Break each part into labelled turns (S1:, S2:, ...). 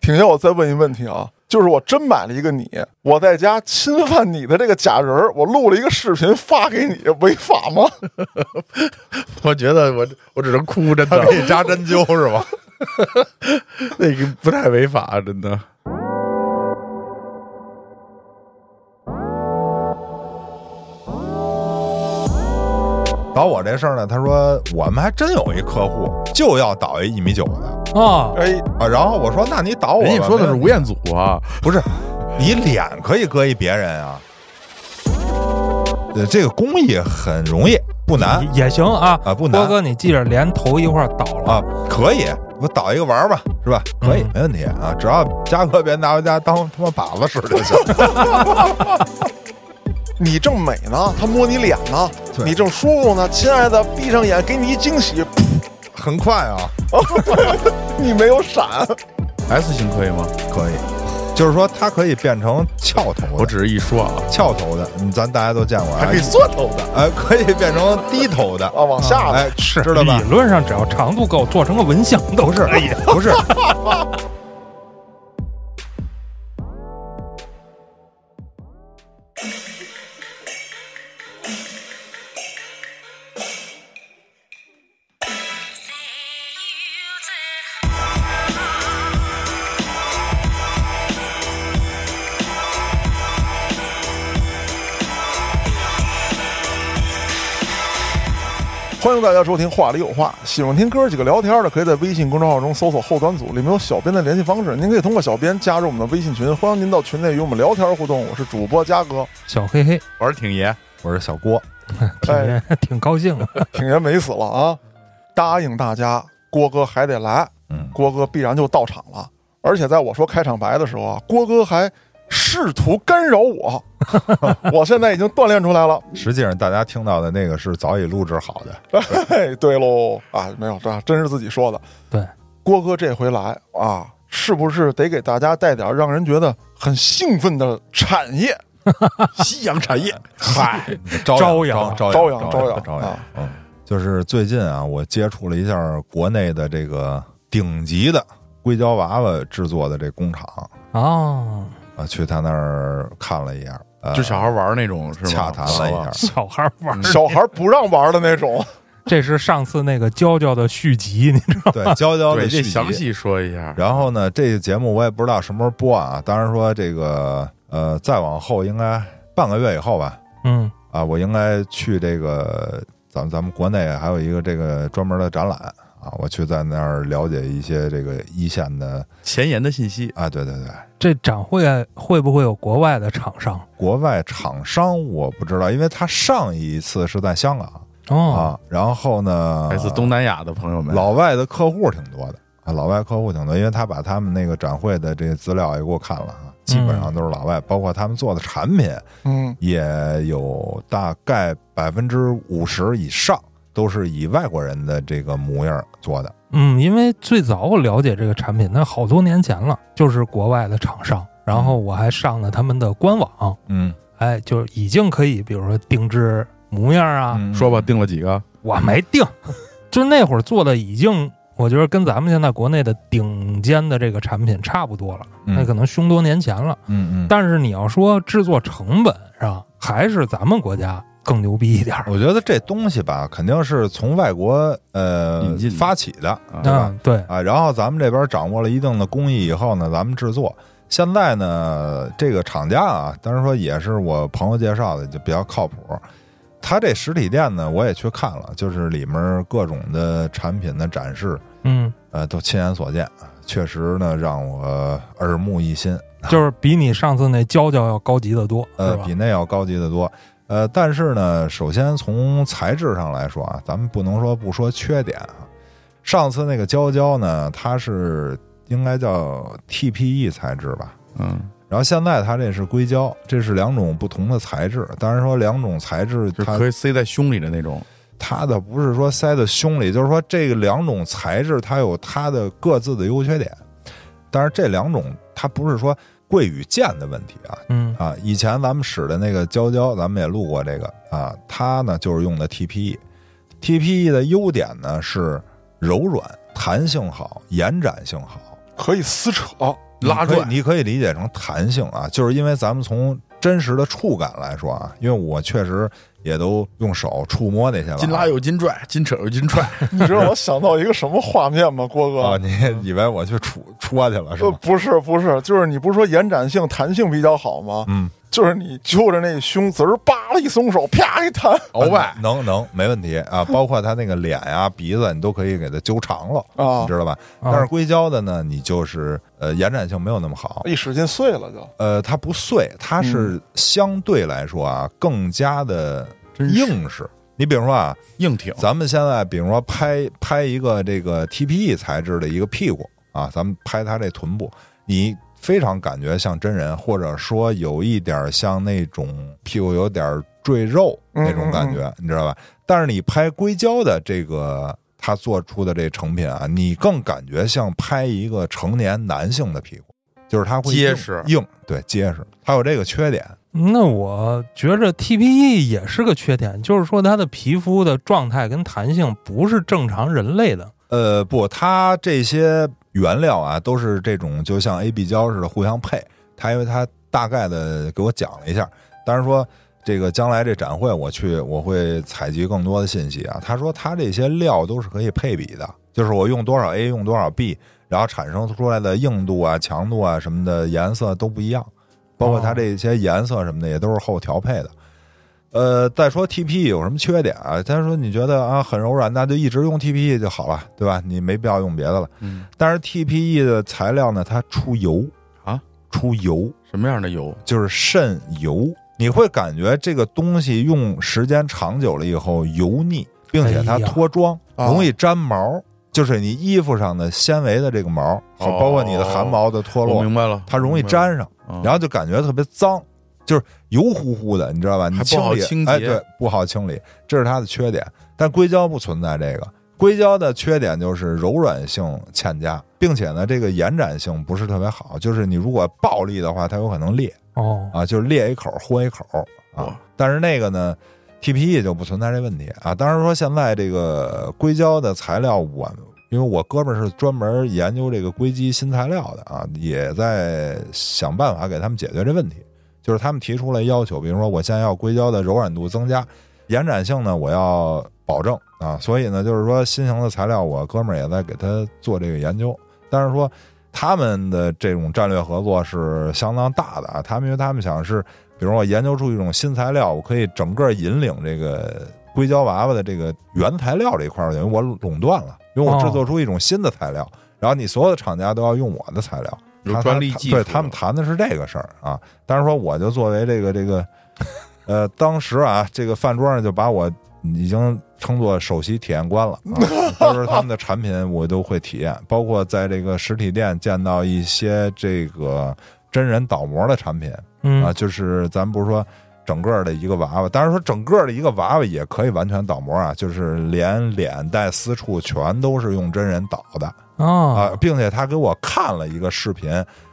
S1: 停下，我再问一问题啊，就是我真买了一个你，我在家侵犯你的这个假人儿，我录了一个视频发给你，违法 吗？
S2: 我觉得我我只能哭，真的
S3: 可以扎针灸是吧？
S2: 那个 不太违法，啊真的。
S3: 导我这事儿呢，他说我们还真有一客户就要导一一米九的
S2: 啊，
S4: 哦
S1: 哎，
S3: 啊，然后我说那你导我吧，
S2: 人家说的是
S3: 没
S2: 吴彦祖啊，
S3: 不是，你脸可以搁一别人啊。呃，这个工艺很容易，不
S2: 嗯
S3: 难
S4: 也也行啊。
S3: 啊，不
S4: 波
S3: 难
S4: 哥，你记着，连头一块儿倒了。
S3: 啊，可以。我导一个玩儿吧，是吧？可以，没问题啊，只要嘉哥别拿回家当他妈靶子使就行。
S1: 你正美呢，他摸你脸呢，
S3: 对
S1: 你正舒服呢，亲爱的，闭上眼，给你一惊喜，
S3: 很快啊，
S1: 你没有闪，啊
S2: S 型可以吗？
S3: 可以，就是说它可以变成翘头
S2: 我
S3: 的，
S2: 只是一说啊，
S3: 翘头的，嗯咱大家都见过啊，
S2: 缩头的。
S3: 哎，可以变成低头的，
S1: 啊，往下的，
S3: 哎，哎是知道吧
S4: 理？论上只要长度够，做成个蚊香都
S3: 不是
S4: 可以。，
S3: 不 是，
S1: 欢迎大家收听《话里有话》，喜欢听哥几个聊天的，可以在微信公众号中搜索“后端组”，里面有小编的联系方式，您可以通过小编加入我们的微信群，欢迎您到群内与我们聊天互动。我是主播嘉哥，
S4: 小黑黑
S2: 我是挺爷，
S3: 我是小郭，
S1: 哎，
S4: 挺挺高兴的，
S1: 挺爷美死了啊！答应大家，郭哥还得来，
S3: 嗯，
S1: 郭哥必然就到场了。而且在我说开场白的时候啊，郭哥还试图干扰我， 我现在已经锻炼出来了。
S3: 实际上大家听到的那个是早已录制好的，
S1: 哎，对喽，啊，没有，这真是自己说的。
S4: 对，
S1: 郭哥这回来啊，是不是得给大家带点让人觉得很兴奋的产业？
S2: 夕阳产业。
S3: 嗨，
S4: 朝
S3: 朝
S4: 阳
S3: 朝
S1: 朝
S3: 阳
S1: 阳
S3: 朝
S1: 朝
S3: 阳
S1: 阳
S3: 朝阳
S1: 啊，
S3: 嗯，就是最近啊，我接触了一下国内的这个顶级的硅胶娃娃制作的这工厂
S4: 哦，
S3: 啊，去他那儿看了一眼，呃
S2: 就小孩玩那种是吗？
S3: 洽谈了一下，
S4: 小孩玩
S3: 嗯
S4: 儿，
S1: 小孩不让玩的那种，
S4: 这是上次那个娇娇的续集，你
S3: 对，娇娇
S2: 对，
S3: 的
S2: 这
S3: 续集
S2: 详细说一下。
S3: 然后呢，这个节目我也不知道什么时候播啊。当然说这个呃，再往后应该半个月以后吧，
S4: 嗯
S3: 啊，我应该去这个咱们咱们国内还有一个这个专门的展览啊，我去在那儿了解一些这个一线的
S2: 前沿的信息，
S3: 啊，对对对，
S4: 这展会啊会不会有国外的厂商？
S3: 国外厂商我不知道，因为他上一次是在香港
S4: 哦，
S3: 啊，然后呢，
S2: 来自东南亚的朋友们，
S3: 啊老外的客户挺多的啊，老外客户挺多，因为他把他们那个展会的这个资料也给我看了啊，基本上都是老外，包括他们做的产品
S1: 嗯，
S3: 也有大概百分之五十以上都是以外国人的这个模样做的。
S4: 嗯，因为最早我了解这个产品，那好多年前了，就是国外的厂商，然后我还上了他们的官网，
S3: 嗯，
S4: 哎，就已经可以，比如说定制模样啊，
S3: 嗯
S2: 说吧，，定了几个？
S4: 我没定， 就那会儿做的已经，我觉得跟咱们现在国内的顶尖的这个产品差不多了，
S3: 嗯
S4: 那可能凶多年前了。
S3: 嗯嗯，
S4: 但是你要说制作成本上，还是咱们国家更牛逼一点儿。
S3: 我觉得这东西吧，肯定是从外国呃
S2: 引进的
S3: 发起的
S2: 啊
S3: 对吧
S4: 嗯，对，
S3: 啊，然后咱们这边掌握了一定的工艺以后呢，咱们制作。现在呢，这个厂家啊，当然说也是我朋友介绍的，就比较靠谱。他这实体店呢，我也去看了，就是里面各种的产品的展示，
S4: 嗯，
S3: 呃，都亲眼所见，啊确实呢让我耳目一新，
S4: 就是比你上次那娇娇要高级的多，
S3: 呃
S4: 是，吧
S3: 比？那要高级得多。呃，但是呢，首先从材质上来说啊，咱们不能说不说缺点啊。上次那个胶胶呢，它是应该叫 TPE 材质吧？
S2: 嗯，
S3: 然后现在它这是硅胶，这是两种不同的材质。当然说两种材质
S2: 就是
S3: 它
S2: 可以塞在胸里的那种。
S3: 它的不是说塞在胸里，就是说这个两种材质它有它的各自的优缺点。但是这两种它不是说贵与贱的问题啊，
S4: 嗯
S3: 啊，以前咱们使的那个胶胶，咱们也录过这个啊，它呢就是用的 E TPE。TPE E 的优点呢是柔软、弹性好、延展性好，
S1: 可以撕扯，
S2: 拉
S3: 你可以
S2: 拽，
S3: 你可以理解成弹性啊，就是因为咱们从真实的触感来说啊，因为我确实也都用手触摸那些玩意儿
S2: 金拉又金拽，金扯又金踹，
S1: 你知道我想到一个什么画面吗，郭哥？
S3: 啊，你
S2: 嗯
S3: 以为我去戳戳去了是
S1: 呃，
S3: 吧？
S1: 不是不是，就是你不是说延展性、弹性比较好吗？
S3: 嗯，
S1: 就是你揪着那胸子儿，叭一松手，啪一弹
S2: 鳌拜
S3: 能能没问题啊，包括他那个脸呀、鼻子，你都可以给它揪长了，
S1: 啊
S2: 哦
S3: 你，知道吧？但
S4: 啊
S3: 是硅胶的呢，你就是呃延展性没有那么好，
S1: 啊一使劲碎了就。
S3: 呃，它不碎，它是相对来说啊更加的
S2: 真是
S3: 硬实。你比如说啊，
S2: 硬挺，
S3: 咱们现在比如说拍拍一个这个 TPE 材质的一个屁股啊，咱们拍它这臀部，你非常感觉像真人，或者说有一点像那种屁股有点赘肉那
S2: 嗯
S3: 种感觉，你知道吧？但是你拍硅胶的这个它做出的这成品啊，你更感觉像拍一个成年男性的屁股，就是它会硬
S2: 结实
S3: 硬，对结实，它有这个缺点。
S4: 那我觉着 TPE 也是个缺点，就是说它的皮肤的状态跟弹性不是正常人类的。
S3: 呃，不，它这些原料啊，都是这种就像 A B 胶似的互相配。它因为它大概的给我讲了一下，当然说这个将来这展会我去，我会采集更多的信息啊。他说他这些料都是可以配比的，就是我用多少 A 用多少 B，然后产生出来的硬度啊、强度啊什么的颜色都不一样，包括它这些颜色什么的也都是后调配的。呃，再说 TPE 有什么缺点啊？他说你觉得啊很柔软，那就一直用 TPE 就好了，对吧？你没必要用别的了。
S2: 嗯，
S3: 但是 TPE 的材料呢，它出油
S2: 啊，
S3: 出油
S2: 什么样的油？
S3: 就是渗油，你会感觉这个东西用时间长久了以后油腻，并且它
S4: 哎呀
S3: 脱妆，
S1: 啊
S3: 容易粘毛，就是你衣服上的纤维的这个毛，
S2: 哦
S3: 包括你的汗毛的脱
S2: 我
S3: 落，
S2: 明白了，
S3: 它容易
S2: 我明白了，
S3: 粘上，
S2: 嗯
S3: 然后就感觉特别脏，就是油乎乎的，你知道吧？你
S2: 还不
S3: 清
S2: 好
S3: 理，
S2: 清洁
S3: 哎，对，不好清理，这是它的缺点。但硅胶不存在这个，硅胶的缺点就是柔软性欠佳，并且呢，这个延展性不是特别好，就是你如果暴力的话，它有可能裂
S4: 哦，
S3: 啊，就是裂一口豁一口
S2: 哇
S3: 啊。但是那个呢，TPE 就不存在这问题啊。当然说现在这个硅胶的材料我。因为我哥们儿是专门研究这个硅基新材料的啊，也在想办法给他们解决这问题。就是他们提出来要求，比如说我现在要硅胶的柔软度增加，延展性呢我要保证啊，所以呢就是说新型的材料，我哥们儿也在给他做这个研究，但是说他们的这种战略合作是相当大的啊，他们因为他们想是，比如我研究出一种新材料，我可以整个引领这个硅胶娃娃的这个原材料这一块儿，等于我垄断了，因为我
S4: 哦
S3: 制作出一种新的材料，然后你所有的厂家都要用我的材料。
S2: 有
S3: 他
S2: 专
S3: 他
S2: 利
S3: 他
S2: 技术，
S3: 对他们谈的是这个事儿啊。但是说我就作为这个这个，呃，当时啊，这个饭桌上就把我已经称作首席体验官了，啊、 都是他们的产品我都会体验，包括在这个实体店见到一些这个真人倒模的产品
S4: 嗯
S3: 啊，就是咱不是说。整个的一个娃娃，当然说整个的一个娃娃也可以完全倒模啊，就是连脸带私处全都是用真人倒的，啊
S4: 啊，，
S3: 并且他给我看了一个视频，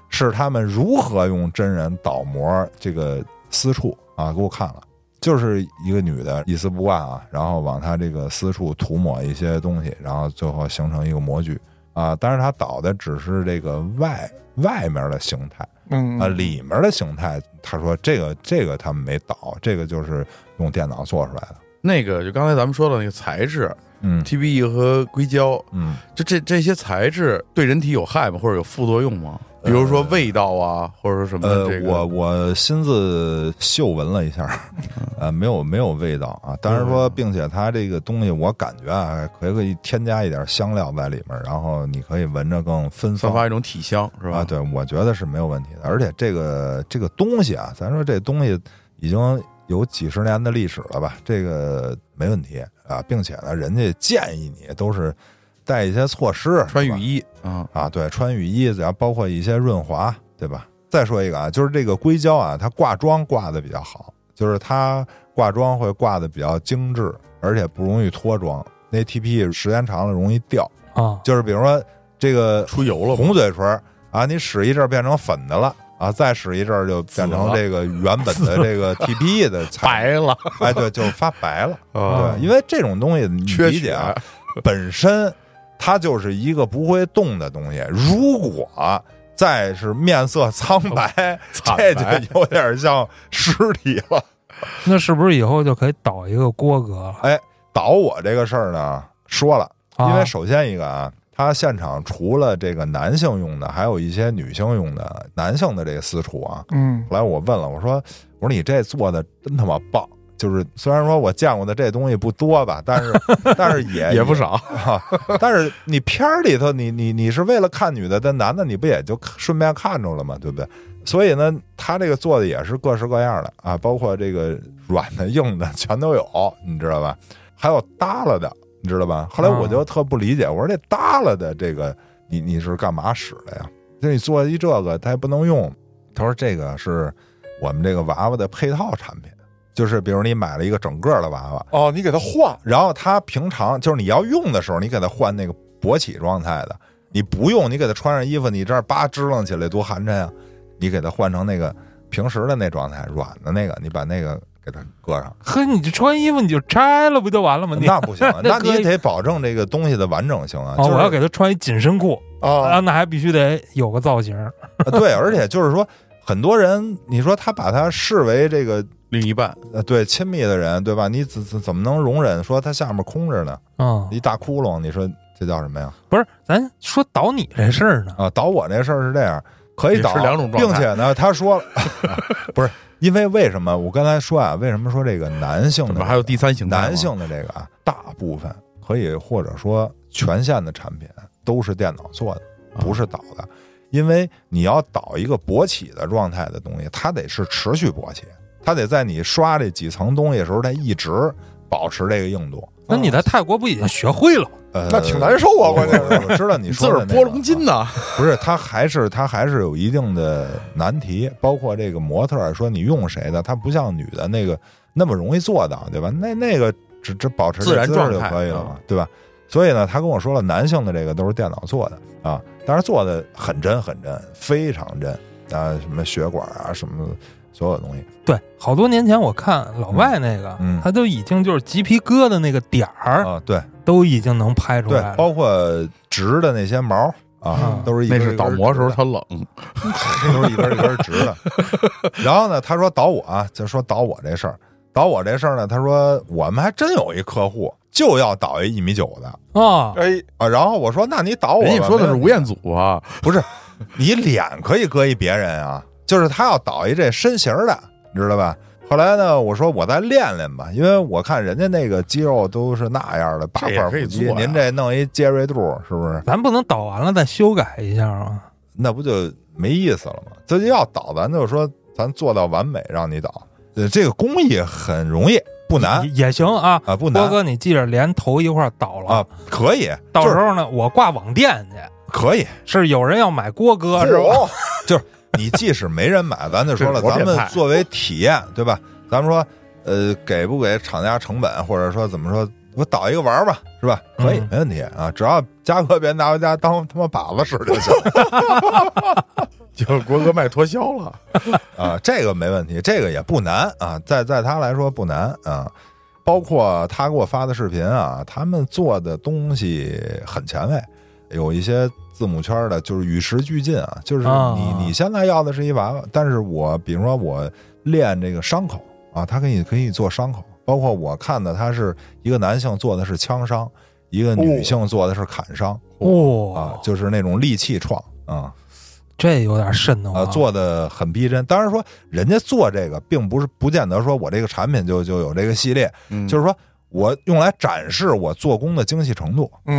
S3: 是他们如何用真人倒模这个私处啊，给我看了，就是一个女的一丝不挂啊，然后往她这个私处涂抹一些东西，然后最后形成一个模具啊，但是她倒的只是这个外外面的形态
S1: 嗯
S3: 啊，里面的形态，他说这个这个他们没倒，这个就是用电脑做出来的，
S2: 那个就刚才咱们说的那个材质
S3: 嗯
S2: ，TBE 和硅胶，
S3: 嗯。
S2: 就这这些材质对人体有害吗？或者有副作用吗？比如说味道啊，或者说什么
S3: 呃，
S2: 这个，
S3: 我我亲自嗅闻了一下，
S2: 嗯
S3: 呃，没有没有味道啊。当然说，并且它这个东西，我感觉啊，可以可以添加一点香料在里面，然后你可以闻着更芬
S2: 散
S3: 芳
S2: 发一种体香是吧？
S3: 啊。对，我觉得是没有问题的。而且这个这个东西啊，咱说这东西已经有几十年的历史了吧，这个没问题啊，并且呢，人家建议你都是带一些措施，
S2: 穿
S3: 是吧
S2: 雨衣啊，
S3: 啊，对，穿雨衣，然后包括一些润滑，对吧？再说一个啊，就是这个硅胶啊，它挂妆挂的比较好，就是它挂妆会挂的比较精致，而且不容易脱妆。那 TP 时间长了容易掉，
S4: 啊，
S3: 就是比如说这个
S2: 出油了吧？
S3: 红嘴唇儿啊，你使一阵儿变成粉的了啊，再使一阵儿就变
S2: 紫
S3: 成
S2: 了
S3: 这个原本的这个 TP 的材
S2: 白了
S3: 质，哎，对，就发白了。
S2: 啊，
S3: 嗯对，因为这种东西你
S2: 缺
S3: 理解
S2: 血
S3: 啊， 本身它就是一个不会动的东西。如果再是面色苍白，
S2: 哦惨
S3: 这
S2: 白
S3: 就有点像尸体了。
S4: 那是不是以后就可以倒一个郭哥了？
S3: 倒我这个事儿呢，说了，
S4: 啊
S3: 因为首先一个啊，它现场除了这个男性用的，还有一些女性用的，男性的这个私厨啊。
S1: 嗯，
S3: 后来我问了，我说我说你这做的真他妈棒，就是虽然说我见过的这东西不多吧，但 是但是也
S2: 也不少。
S3: 啊。但是你片儿里头，你你你是为了看女的，但男的你不也就顺便看着了吗？对不对？所以呢，他这个做的也是各式各样的啊，包括这个软的、硬的全都有，你知道吧？还有耷拉的，你知道吧？后来我就特不理解，我说这耷拉的这个，你你是干嘛使的呀？就你做一这个，它还不能用。他说这个是我们这个娃娃的配套产品，就是比如你买了一个整个的娃娃，
S1: 哦，你给它换，
S3: 然后它平常就是你要用的时候，你给它换那个勃起状态的；你不用，你给它穿上衣服，你这儿叭支棱起来多寒碜呀！你给它换成那个平时的那状态，软的那个，你把那个给它搁上，
S4: 呵，你就穿衣服你就拆了不就完了吗？你
S3: 那不行啊，
S4: 那
S3: 那
S4: 可以
S3: 你得保证这个东西的完整性啊。
S4: 啊，
S3: 就是
S4: 我要给他穿一紧身裤
S1: 啊
S4: 啊，那还必须得有个造型。
S3: 呃 对，而且就是说，很多人你说他把它视为这个
S2: 另一半
S3: 呃对亲密的人，对吧？你怎怎怎么能容忍说它下面空着呢？
S4: 嗯，
S3: 一大窟窿，你说这叫什么呀？
S4: 不是，咱说倒你这事儿呢，
S3: 啊，倒我这事儿是这样，可以
S2: 也
S3: 倒
S2: 是两种状态
S3: 并且呢，他说了， 不是因为为什么？我刚才说啊，为什么说这个男性
S2: 怎
S3: 的
S2: 么还有第三形态吗
S3: 男性的这个啊，大部分可以或者说全线的产品都是电脑做的，不是倒
S2: 啊
S3: 的，因为你要倒一个勃起的状态的东西，它得是持续勃起，它得在你刷这几层东西的时候，它一直保持这个硬度。
S4: 那你在泰国不已经学会了吗？
S3: 呃，
S1: 那挺难受啊
S3: 我
S1: 关键是
S3: 我我知道你
S2: 你
S3: 说
S2: 自
S3: 的
S2: 个儿
S3: 那个
S2: 拨龙筋
S3: 啊
S2: 呢？
S3: 不是，他还是他还是有一定的难题，包括这个模特儿说你用谁的，他不像女的那个那么容易做到，对吧？那那个只只保持这
S2: 自然
S3: 姿势
S2: 状
S3: 就
S2: 态啊
S3: 可以了嘛，对吧？所以呢，他跟我说了，男性的这个都是电脑做的啊，当然做的很真很真，非常真啊，什么血管啊，什么所有东西，
S4: 对，好多年前我看老外那个，
S3: 嗯嗯
S4: 他都已经就是鸡皮疙瘩那个点儿
S3: 啊，对
S4: 都已经能拍出
S3: 对
S4: 来，了。
S3: 包括直的那些毛啊
S4: 嗯，
S3: 都是一
S2: 那
S3: 根一
S2: 是
S3: 根
S2: 倒模时候
S3: 直的
S2: 它冷，
S3: 这都是一根一根直的。 然后呢，他说倒我啊，就说倒我这事儿，倒我这事儿呢，他说我们还真有一客户就要倒一一米九的
S4: 啊，
S1: 哎，
S3: 啊。然后我说那你倒哦我吧，
S2: 人家说的是
S3: 没
S2: 吴彦祖啊，
S3: 不是你脸可以搁一别人啊，就是他要倒一这身形儿的，你知道吧？后来呢，我说我再练练吧，因为我看人家那个肌肉都是那样的八
S2: 这也
S3: 块
S2: 可以
S3: 腹肌，
S2: 做呀
S3: 您这弄一尖锐度是不是？
S4: 咱不能倒完了再修改一下吗？
S3: 那不就没意思了吗？这就要倒，咱就说咱做到完美，让你倒。呃，这个工艺很容易，不难
S4: 也也行啊。
S3: 啊，不
S4: 波
S3: 难
S4: 哥，你记着，连头一块儿倒了，
S3: 啊，可以，
S4: 到
S3: 就
S4: 时
S3: 是
S4: 候呢，我挂网店去，
S3: 可以。
S4: 是有人要买郭哥是吧？
S1: 哦，
S3: 你即使没人买，咱就说了，
S2: 这是我
S3: 咱
S2: 变态
S3: 们作为体验，对吧？咱们说，呃，给不给厂家成本，或者说怎么说，我倒一个玩儿吧，是吧？可以，
S4: 嗯
S3: 没问题啊，只要嘉哥别拿回家当他妈靶子使就行
S2: 结果郭哥卖脱 销了，
S3: 啊，这个没问题，这个也不难啊，在在他来说不难啊。包括他给我发的视频啊，他们做的东西很前卫，有一些字母圈的，就是与时俱进啊。就是
S4: 啊
S3: 你你现在要的是一娃娃，但是我比如说我练这个伤口啊，他可以可以做伤口，包括我看的，他是一个男性做的是枪伤，一个女性做的是砍伤、啊
S4: 哇，，
S3: 就是那种利器创啊。
S4: 这有点瘆得
S3: 啊，
S4: 慌。
S3: 做的很逼真。当然说，人家做这个并不是不见得说我这个产品就就有这个系列，
S2: 嗯
S3: 就是说我用来展示我做工的精细程度
S1: 嗯，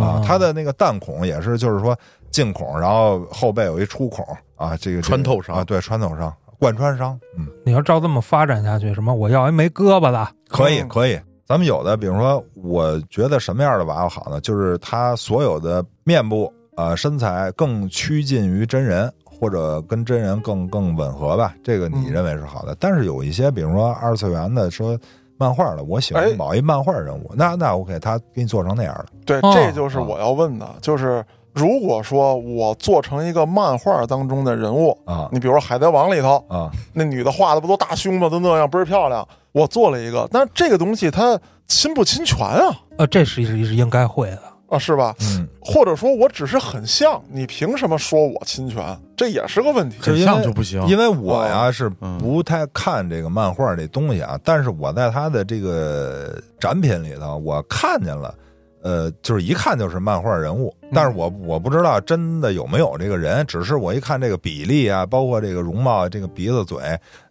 S4: 啊
S3: 啊。它的那个弹孔也是，就是说进孔，然后后背有一出孔啊，这个这个
S2: 穿透伤
S3: 啊，对，穿透伤、贯穿伤，嗯，
S4: 你要照这么发展下去，什么我要一没胳膊的，
S3: 可以
S1: 嗯
S3: 可以。咱们有的，比如说，我觉得什么样的娃娃好呢？就是他所有的面部呃身材更趋近于真人，或者跟真人更更吻合吧。这个你
S1: 嗯
S3: 认为是好的。但是有一些，比如说二次元的，说漫画的，我喜
S1: 哎
S3: 欢某一漫画人物，那那 OK，他给你做成那样的。
S1: 对，
S4: 哦
S1: 这就是我要问的，就是如果说我做成一个漫画当中的人物
S3: 啊
S1: 你比如说《海贼王》里头
S3: 啊，
S1: 那女的画的不都大胸吗？都那样倍儿漂亮，我做了一个，但是这个东西它侵不侵权啊？
S4: 呃，这是是应该会的。
S1: 啊，是吧？
S3: 嗯，
S1: 或者说我只是很像，你凭什么说我侵权？这也是个问题。
S3: 就
S2: 很
S3: 因
S2: 像
S3: 为
S2: 就不行，
S3: 因为我呀是
S2: 嗯
S3: 不太看这个漫画这东西啊，但是我在他的这个展品里头，我看见了，呃，就是一看就是漫画人物，
S2: 嗯
S3: 但是我我不知道真的有没有这个人，只是我一看这个比例啊，包括这个容貌、这个鼻子、嘴，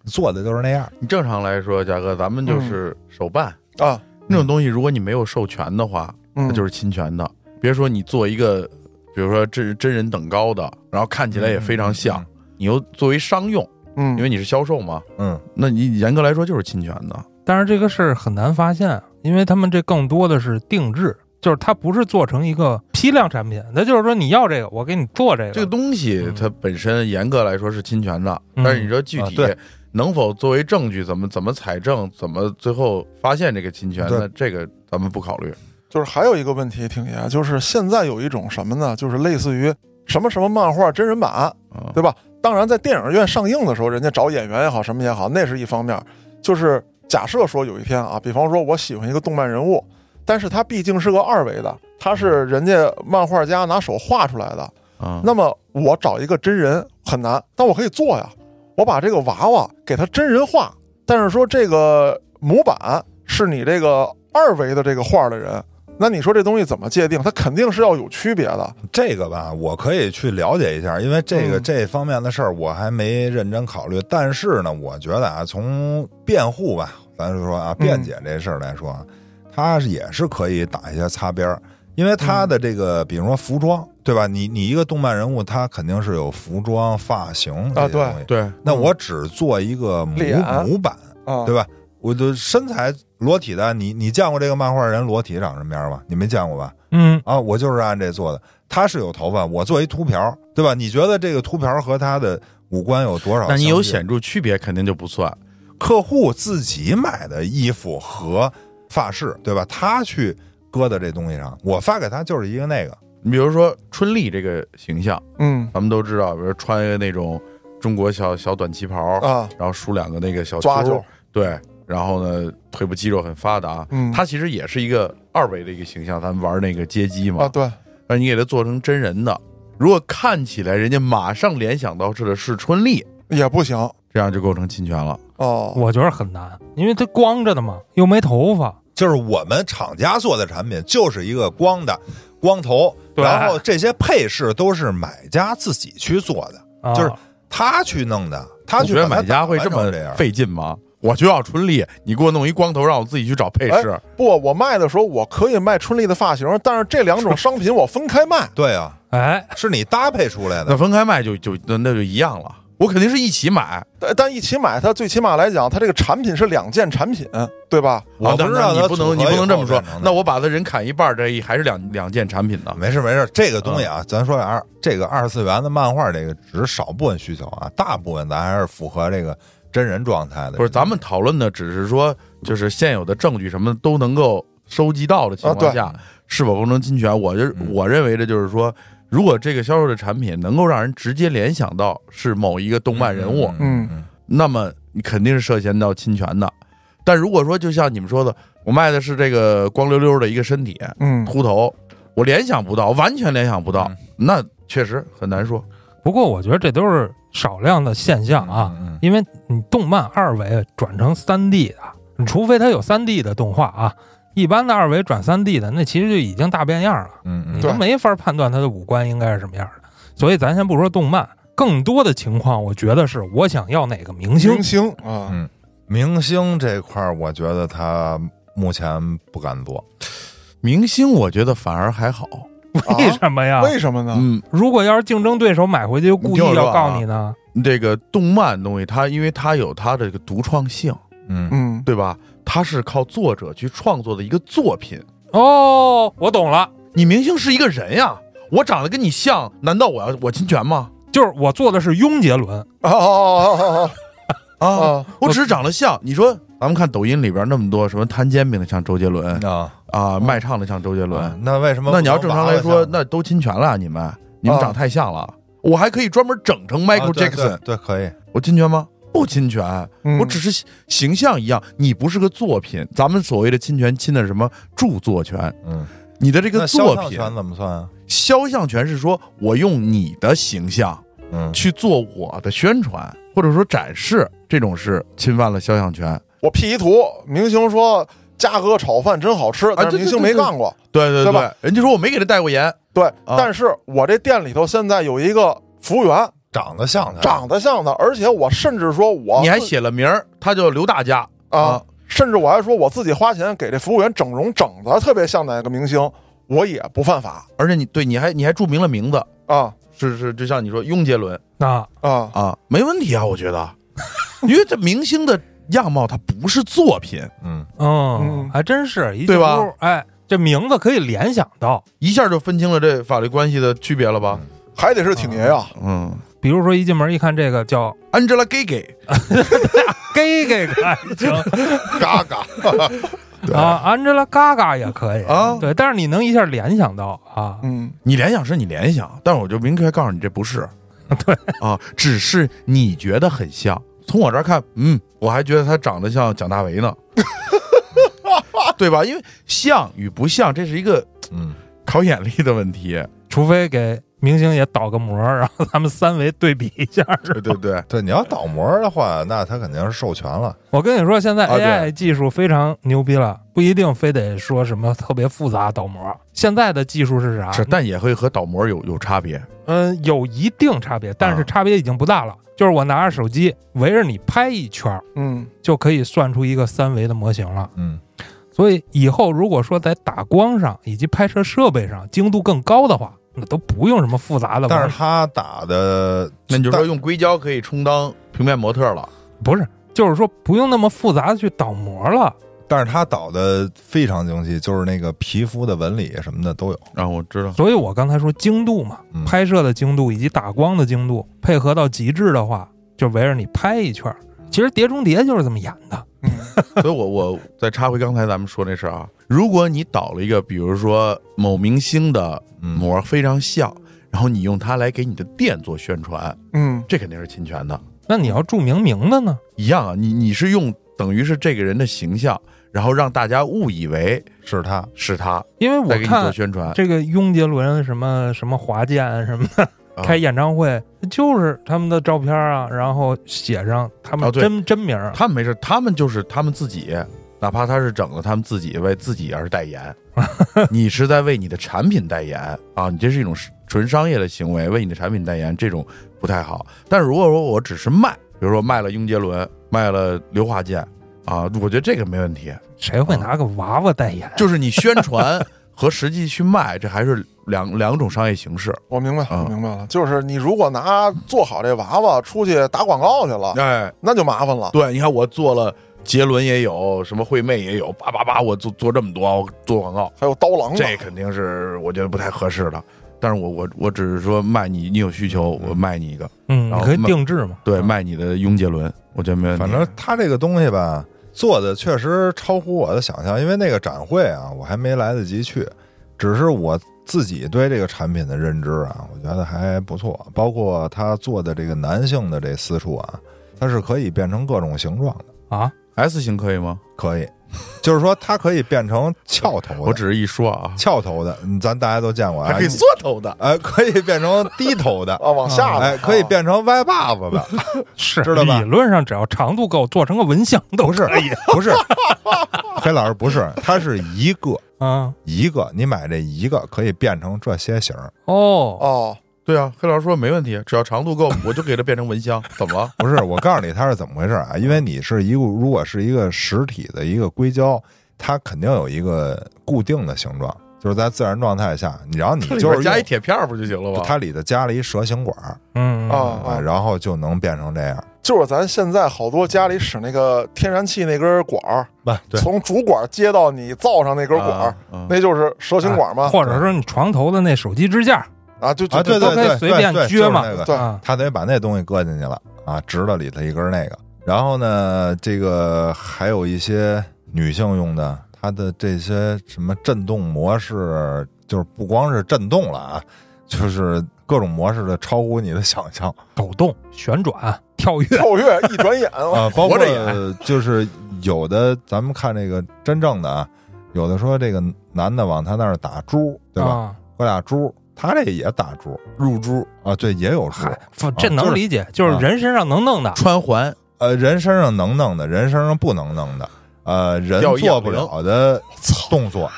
S3: 做的就是那样。
S2: 你正常来说，嘉哥，咱们
S3: 嗯
S2: 就是手办、
S1: 啊，
S2: 那种东西，如果你没有授权的话，
S1: 嗯，
S2: 它就是侵权的。别说你做一个，比如说真真人等高的，然后看起来也非常像，你又作为商用，
S1: 嗯，
S2: 因为你是销售嘛，
S3: 嗯，
S2: 那你严格来说就是侵权的。
S4: 但是这个事儿很难发现，因为他们这更多的是定制，就是它不是做成一个批量产品，那就是说你要这个，我给你做这个。
S2: 这个东西
S4: 嗯
S2: 它本身严格来说是侵权的，
S4: 嗯
S2: 但是你说具
S3: 啊
S2: 体、
S3: 对
S2: 能否作为证据，怎么怎么采证，怎么最后发现这个侵权，
S3: 对
S2: 那这个咱们不考虑。
S1: 就是还有一个问题，挺爷，就是现在有一种什么呢？就是类似于什么什么漫画真人版，
S2: 啊
S1: 对吧？当然，在电影院上映的时候，人家找演员也好，什么也好，那是一方面。就是假设说有一天啊，比方说我喜欢一个动漫人物，但是他毕竟是个二维的，他是人家漫画家拿手画出来的。
S2: 啊，
S1: 那么我找一个真人很难，但我可以做呀。我把这个娃娃给他真人画，但是说这个模板是你这个二维的这个画的人，那你说这东西怎么界定？它肯定是要有区别的。
S3: 这个吧，我可以去了解一下，因为这个、
S1: 嗯
S3: 这方面的事儿我还没认真考虑。但是呢，我觉得啊，从辩护吧，咱就说啊，辩解这事儿来
S1: 嗯
S3: 说啊，他也是可以打一些擦边儿，因为他的这个，比如说服装，对吧？你你一个动漫人物，他肯定是有服装、发型这
S1: 啊
S3: 些
S1: 对嗯
S3: 东西。
S2: 对，
S3: 那我只做一个模
S1: 脸
S3: 模板，
S1: 啊，
S3: 对吧？我的身材裸体的，你你见过这个漫画人裸体长什么样吗？你没见过吧？
S4: 嗯，
S3: 啊，我就是按这做的。他是有头发，我做一秃瓢，对吧？你觉得这个秃瓢和他的五官有多少？
S2: 那你有，显著区别，肯定就不算。
S3: 客户自己买的衣服和发饰，对吧？他去搁到这东西上，我发给他就是一个那个，
S2: 你比如说春丽这个形象，
S1: 嗯
S2: 咱们都知道，比如穿一个那种中国小小短旗袍，
S1: 啊，
S2: 然后梳两个那个小
S1: 抓
S2: 揪
S1: 住
S2: 儿，对，然后呢腿部肌肉很发达，
S1: 嗯
S2: 它其实也是一个二维的一个形象，咱们玩那个街机嘛，
S1: 啊，对，
S2: 但是你给它做成真人的，如果看起来人家马上联想到是的是春丽，
S1: 也不行
S2: 这样就构成侵权了。
S1: 哦。
S4: 我觉得很难，因为它光着的嘛，又没头发。
S3: 就是我们厂家做的产品，就是一个光的光头，
S4: 对
S3: 然后这些配饰都是买家自己去做的，
S4: 啊、
S3: 就是他去弄的，他
S2: 你
S3: 去
S2: 觉得
S3: 把它
S2: 买家会
S3: 打
S2: 这
S3: 扮成
S2: 么
S3: 这样。。
S2: 费劲吗？我就要春丽，你给我弄一光头，让我自己去找配饰。
S1: 哎不，我卖的时候我可以卖春丽的发型，但是这两种商品我分开卖
S3: 对啊，
S4: 哎，
S3: 是你搭配出来的
S2: 那。分开卖就就那那就一样了，我肯定是一起买。
S1: 但但一起买，它最起码来讲，它这个产品是两件产品，对吧？
S3: 我不知道
S2: 啊那
S3: 它
S2: 你不
S3: 组合
S2: 能你不能这么
S3: 以
S2: 说
S3: 后变成。的嗯
S2: 那我把他人砍一半儿，这一还是两两件产品呢。
S3: 啊没事没事，这个东
S2: 嗯
S3: 西啊，咱说点二这个二次元的漫画，这个只是少部分需求啊，大部分咱还是符合这个真人状态的。
S2: 不是，咱们讨论的只是说，就是现有的证据什么都能够收集到的情况下，是否构成侵权？我就、
S3: 啊嗯
S2: 我认为的就是说，如果这个销售的产品能够让人直接联想到是某一个动漫人物，
S1: 嗯
S3: 嗯
S2: 那么你肯定是涉嫌到侵权的。但如果说就像你们说的，我卖的是这个光溜溜的一个身体
S1: 嗯，
S2: 秃头，我联想不到，完全联想不到，
S3: 嗯
S2: 那确实很难说。
S4: 不过我觉得这都是少量的现象啊，
S3: 嗯嗯
S4: 因为你动漫二维转成三 D 的，你除非它有三 D 的动画啊，一般的二维转三 D 的，那其实就已经大变样了，
S3: 嗯嗯
S4: 你
S3: 嗯，
S4: 都
S1: 对
S4: 没法判断它的五官应该是什么样的。所以咱先不说动漫，更多的情况，我觉得是我想要哪个明星
S1: 明，星
S2: 嗯
S1: 啊，
S3: 明星这块儿，我觉得他目前不敢做。
S2: 明星我觉得反而还好，
S1: 啊
S4: 为什么呀？
S1: 为什么呢？
S2: 嗯，
S4: 如果要是竞争对手买回去就故意要告你呢？
S2: 这个动漫东西，它因为它有它的这个独创性，
S3: 嗯，
S1: 嗯，
S2: 对吧？它是靠作者去创作的一个作品。
S4: 哦，我懂了，
S2: 你明星是一个人呀，我长得跟你像，难道我要我侵权吗？
S4: 就是我做的是庸杰伦，
S1: 哦哦哦
S2: 啊，
S1: 哦哦
S2: 我只是长得像。你说咱们看抖音里边那么多什么摊煎饼的像周杰伦
S3: 啊，
S2: 啊，卖唱的像周杰
S3: 啊
S2: 伦，
S3: 那为什么不
S2: 嗯那
S3: 能
S2: 你要正常来
S3: 把，
S2: 说
S3: 它
S2: 那都侵权了，你们你们
S1: 啊
S2: 长太像了。我还可以专门整成
S3: 啊
S2: Michael
S3: 对
S2: Jackson，、
S3: 对对可以。
S2: 我侵权吗？不侵权，
S1: 嗯
S2: 我只是形形象一样，你不是个作品。咱们所谓的侵权，侵的是什么著作权？
S3: 嗯，
S2: 你的这
S3: 那
S2: 个
S3: 肖
S2: 作
S3: 像
S2: 品
S3: 权怎么算啊？
S2: 肖像权是说我用你的形象
S3: 嗯，
S2: 去做我的宣传或者说展示，这种是侵犯了肖像权。
S1: 我 P 一图，明星说嘉哥炒饭真好吃，但是
S2: 啊对
S1: 明星
S2: 对
S1: 没
S2: 对
S1: 干过。
S2: 对对
S1: 对
S2: 对
S1: 吧
S2: 人家说我没给他代过言，
S1: 对，
S2: 啊
S1: 但是我这店里头现在有一个服务员
S3: 长得像他，
S1: 长得像他，而且我甚至说我
S2: 你还
S1: 自
S2: 写了名儿，他叫刘大家
S1: 啊，甚至我还说我自己花钱给这服务员整容，整的特别像哪个明星，我也不犯法
S2: 而且你对你还你还注明了名字，
S1: 啊
S2: 是是，就像你说雍杰伦
S4: 啊，
S1: 啊！
S2: 啊，没问题啊，我觉得， 因为这明星的样貌它不是作品，
S3: 嗯，
S1: 嗯
S4: 嗯，还真是一
S2: 对
S4: 进
S2: 吧
S4: 屋哎，这名字可以联想到，
S2: 一下就分清了这法律关系的区别了吧？
S1: 还得是挺爷啊呀，
S2: 嗯
S4: 比如说一进门一看这个叫
S2: ，Angelababy，
S4: gay gay 还行
S3: 嘎嘎，
S4: 啊，Angela Gaga 也可以
S2: 啊
S4: 对，但是你能一下联想到啊，
S1: 嗯，
S2: 你联想是你联想，但是我就明确告诉你这不是，
S4: 对
S2: 啊，只是你觉得很像。从我这儿看，嗯，我还觉得他长得像蒋大为呢，对吧？因为像与不像，这是一个
S3: 嗯，
S2: 考眼力的问题。
S4: 除非给明星也导个模，然后咱们三维对比一下。
S2: 对对对，
S3: 对，你要倒模的话，那他肯定是授权了，
S4: 我跟你说，现在
S2: 啊对
S4: AI 技术非常牛逼了，不一定非得说什么特别复杂导模。现在的技术是啥？
S2: 是，但也会和倒模有有差别。
S4: 嗯，有一定差别，但
S2: 啊
S4: 是差别已经不大了。就是我拿着手机围着你拍一圈儿，
S1: 嗯，
S4: 就可以算出一个三维的模型了。
S3: 嗯
S4: 所以以后如果说在打光上以及拍摄设备上精度更高的话，那都不用什么复杂的模。
S3: 但是他打的，
S2: 那你就说
S3: 但
S2: 用硅胶可以充当平面模特了，
S4: 不是，就是说不用那么复杂的去导模了。
S3: 但是他导的非常精细，就是那个皮肤的纹理什么的都有，
S2: 啊，我知道。
S4: 所以我刚才说精度嘛，
S3: 嗯
S4: 拍摄的精度以及打光的精度配合到极致的话，就围着你拍一圈儿。其实《碟中谍》就是这么演的，
S2: 所以我我再插回刚才咱们说那事儿啊，如果你导了一个，比如说某明星的
S3: 嗯，
S2: 模非常像，然后你用它来给你的店做宣传，
S1: 嗯
S2: 这肯定是侵权的。
S4: 那你要注明名字呢？
S2: 一样啊，你你是用等于是这个人的形象，然后让大家误以为
S3: 是他，
S2: 是他
S4: 因为我
S2: 在给你做
S4: 看
S2: 宣传。
S4: 这个雍杰伦什么什么华健什么的、
S2: 啊
S4: 开演唱会，就是他们的照片啊，然后写上他
S2: 啊
S4: 们
S2: 对
S4: 真、真名儿
S2: 他们没事，他们就是他们自己，哪怕他是整了他们自己为自己而代 言，你是在为你的产品代言啊，你这是一种纯商业的行为，为你的产品代言，这种不太好。但是如果说我只是卖，比如说卖了雍杰伦，卖了刘华健啊，我觉得这个没问题，
S4: 谁
S3: 嗯
S4: 会拿个娃娃代言？啊
S2: 就是你宣传和实际去卖，这还是两两种商业形式。
S1: 我明白，
S2: 啊
S1: 我明白了，就是你如果拿做好这娃娃出去打广告去了，
S2: 哎，
S1: 那就麻烦了。
S2: 对，你看我做了。杰伦也有，什么惠妹也有，叭叭叭，我做做这么多，我做广告，
S1: 还有刀郎呢，
S2: 这肯定是我觉得不太合适的。但是我我我只是说卖你，你有需求，我卖你一个，
S4: 嗯，
S2: 然
S4: 你
S2: 后
S4: 可以
S2: 慢
S4: 定制嘛。
S1: 嗯
S2: 对，卖你的雍杰伦，我觉得没问题。
S3: 反正他这个东西吧，做的确实超乎我的想象，因为那个展会啊，我还没来得及去，只是我自己对这个产品的认知啊，我觉得还不错。包括他做的这个男性的这私处啊，它是可以变成各种形状的，
S4: 啊，
S2: S 型可以吗？
S3: 可 以，就是说它可以变成翘头的，
S2: 我只是一 说啊，
S3: 翘头的，嗯咱大家都见过 啊，
S2: 缩头的，
S3: 哎，可以变成低头的，
S1: 啊，往下的
S3: 哎，可以变成歪把子的，
S4: 是
S3: 知道吧
S4: 理论上只要长度够，做成个蚊香都
S3: 不是，不是， 黑老师不是，它是一个。
S4: 啊。
S3: 一个，你买这一个可以变成这些型儿，
S4: 哦，
S1: 哦，
S2: 对啊，黑老师说没问题，只要长度够，我就给它变成蚊香，怎么 了？
S3: 不是？我告诉你它是怎么回事啊？因为你是一个，如果是一个实体的一个硅胶，它肯定有一个固定的形状，就是在自然状态下，你然后你
S2: 这里
S3: 就
S2: 边
S3: 是
S2: 加一啊
S3: 用
S2: 铁片儿不就行了吗？
S3: 它里头加了一蛇形管儿
S4: 嗯
S1: 哦
S3: 啊，然后就能变成这样。
S1: 就是咱现在好多家里使那个天然气那根管儿，
S3: 不，对，
S1: 从主管接到你灶上那根管儿
S2: 啊，，啊
S1: 那就是蛇形管嘛，
S4: 啊或者说你床头的那手机支架，
S1: 啊，就
S3: 啊，
S1: 就就
S3: 对对
S4: 都可以
S3: 对，
S4: 随
S3: 对
S4: 便
S3: 对
S4: 撅嘛
S3: 就是那个
S1: 对
S4: 啊，
S3: 他得把那东西搁进去了啊，直了里头一根那个。然后呢，这个还有一些女性用的，它的这些什么震动模式，就是不光是震动了啊，就是各种模式的超乎你的想 象
S4: 抖动、旋转、跳跃，
S1: 跳跃一转眼，
S3: 啊，包括
S2: 活着也
S3: 就是有的咱们看这个真正的啊，有的说这个男的往他那儿打珠，对吧？
S4: 啊
S3: 搁俩珠，他这也打珠
S2: 入珠
S3: 啊，对，也有珠。
S4: 嗨，不这
S3: 就
S4: 能
S3: 是
S4: 理解，就是
S3: 啊
S4: 人身上能弄的，
S2: 穿环，
S3: 呃，人身上能弄的，人身上不能弄的，呃，人
S2: 要一
S3: 做
S2: 样
S3: 不
S2: 灵
S3: 了的动作，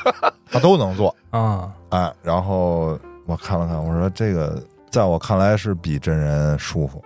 S3: 他都能 做。
S4: 啊，
S3: 哎，然后我看了看，我说这个在我看来是比真人舒服。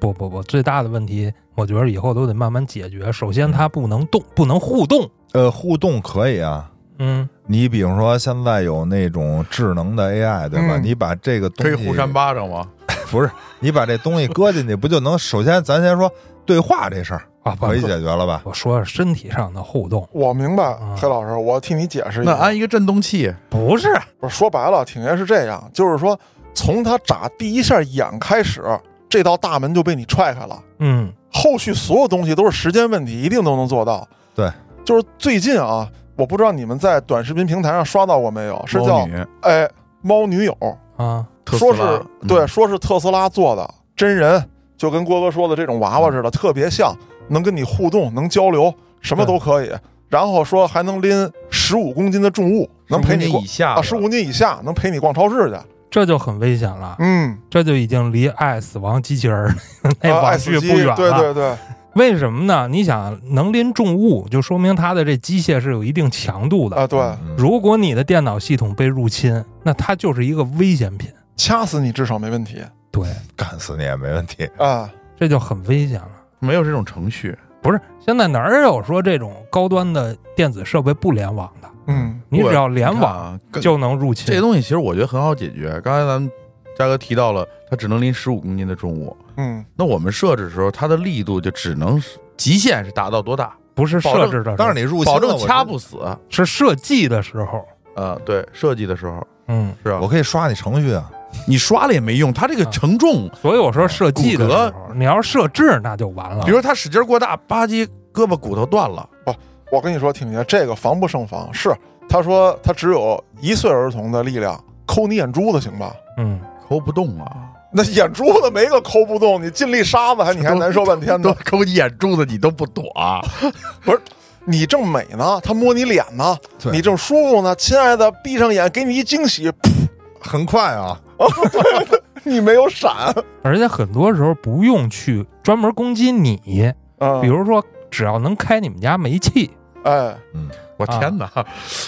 S4: 不不不，最大的问题，我觉得以后都得慢慢解决。首
S3: 嗯
S4: 先，它不能动，不能互动，
S3: 呃，互动可以啊。
S4: 嗯，
S3: 你比如说，现在有那种智能的 AI，对吧？
S4: 嗯
S3: 你把这个东
S2: 可
S3: 西
S2: 以互扇巴掌吗？
S3: 不是，你把这东西搁进去，不就能？首先，咱先说对话这事儿
S4: 啊，不
S3: 可以解决了吧？
S4: 我说身体上的互动，
S1: 我明白
S4: 啊，
S1: 黑老师，我替你解释一
S2: 那
S1: 下。
S2: 安一个震动器，
S4: 不是
S1: 不是说白了，挺爷是这样，就是说从他眨第一下眼开始，这道大门就被你踹开了。
S4: 嗯，
S1: 后续所有东西都是时间问题，一定都能做到。
S3: 对，
S1: 就是最近啊，我不知道你们在短视频平台上刷到过没有，是
S2: 猫
S1: 叫
S2: 女
S1: 哎猫女友，
S4: 啊，
S2: 特斯
S1: 说
S2: 拉
S1: 是、
S2: 嗯
S1: 对，说是特斯拉做的真人，就跟郭哥说的这种娃娃似的，特别像，能跟你互动，能交流，什么都可以。然后说还能拎十五公斤的重物，能陪你
S2: 15
S1: 逛
S2: 以下
S1: 啊，十五公斤以下能陪你逛超市去。
S4: 这就很危险了，
S1: 嗯，
S4: 这就已经离爱死亡机器人儿 那
S1: 啊爱
S4: 网
S1: 死
S4: 剧
S1: 机
S4: 哎不远了。
S1: 对对啊对，
S4: 为什么呢？你想能拎重物，就说明它的这机械是有一定强度的。
S1: 啊对，
S3: 嗯
S4: 如果你的电脑系统被入侵，那它就是一个危险品。
S1: 掐死你至少没问题
S4: 对，
S3: 干死你也没问题。
S1: 啊。
S4: 这就很危险了。
S2: 没有这种程序，
S4: 不是，现在哪儿有说这种高端的电子设备不联网的？
S1: 嗯，
S4: 你只要
S2: 你
S4: 联
S2: 看
S4: 网
S2: 啊更
S4: 就能入侵。
S2: 这些东西其实我觉得很好解决。刚才咱们嘉哥提到了，它只能拎十五公斤的重物，
S1: 嗯，
S2: 那我们设置的时候，它的力度就只能是极限是达到多大，
S4: 不是
S2: 保证
S4: 设置的时候，
S3: 但是你入侵
S2: 嗯保
S3: 了，
S2: 证
S3: 我
S2: 掐
S3: 就
S2: 不死。
S4: 是设计的时候。
S2: 呃，对，设计的时候
S4: 嗯，
S2: 是吧？啊
S3: 我可以刷你程序啊。
S2: 哦你刷了也没用，它这个承重，
S4: 所以我说设计的时候，你要是设置那就完了。
S2: 比如说它使劲过大，吧唧胳膊骨头断了，
S1: 我跟你说，挺爷这个防不胜防。是他说他只有一岁儿童的力量，抠你眼珠子行吧？
S4: 嗯，
S2: 抠不动啊，
S1: 那眼珠子没个抠不动，你尽力杀吧，还你还难受半天
S2: 都
S1: 呢。
S2: 抠你眼珠子你都不躲啊、
S1: 你正美呢，他摸你脸呢，
S3: 对
S1: 你正舒服呢，亲爱的，闭上眼，给你一惊喜， 噗
S3: 很快啊，
S1: 你没有闪。
S4: 而且很多时候不用去专门攻击你，
S2: 啊
S1: 嗯，
S4: 比如说只要能开你们家煤气，
S1: 哎，
S2: 我天哪，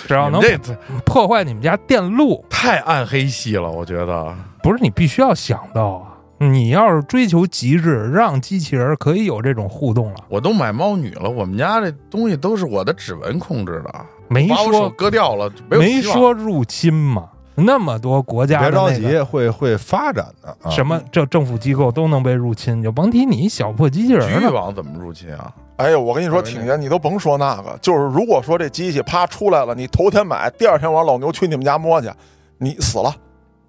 S4: 只要
S2: 你们
S4: 能
S2: 这
S4: 破坏你们家电路，
S2: 太暗黑系了，我觉得。
S4: 不是你必须要想到啊。你要是追求极致，让机器人可以有这种互动了，
S2: 我都买猫女了，我们家这东西都是我的指纹控制的，
S4: 没
S2: 把我手
S4: 说
S2: 割掉了，没有
S4: 没
S2: 希望。
S4: 说入侵嘛？那么多国家
S3: 别
S4: 的
S3: 着
S4: 那个
S3: 急，会会发展的啊。
S4: 什么
S2: 嗯
S4: 这政府机构都能被入侵，就甭提你小破机器
S2: 局
S4: 人
S2: 域
S4: 了。
S2: 网怎么入侵啊？
S1: 哎呦，我跟你说，挺爷，你都甭说那个，就是如果说这机器啪出来了，你头天买，第二天我让老牛去你们家摸去，你死了。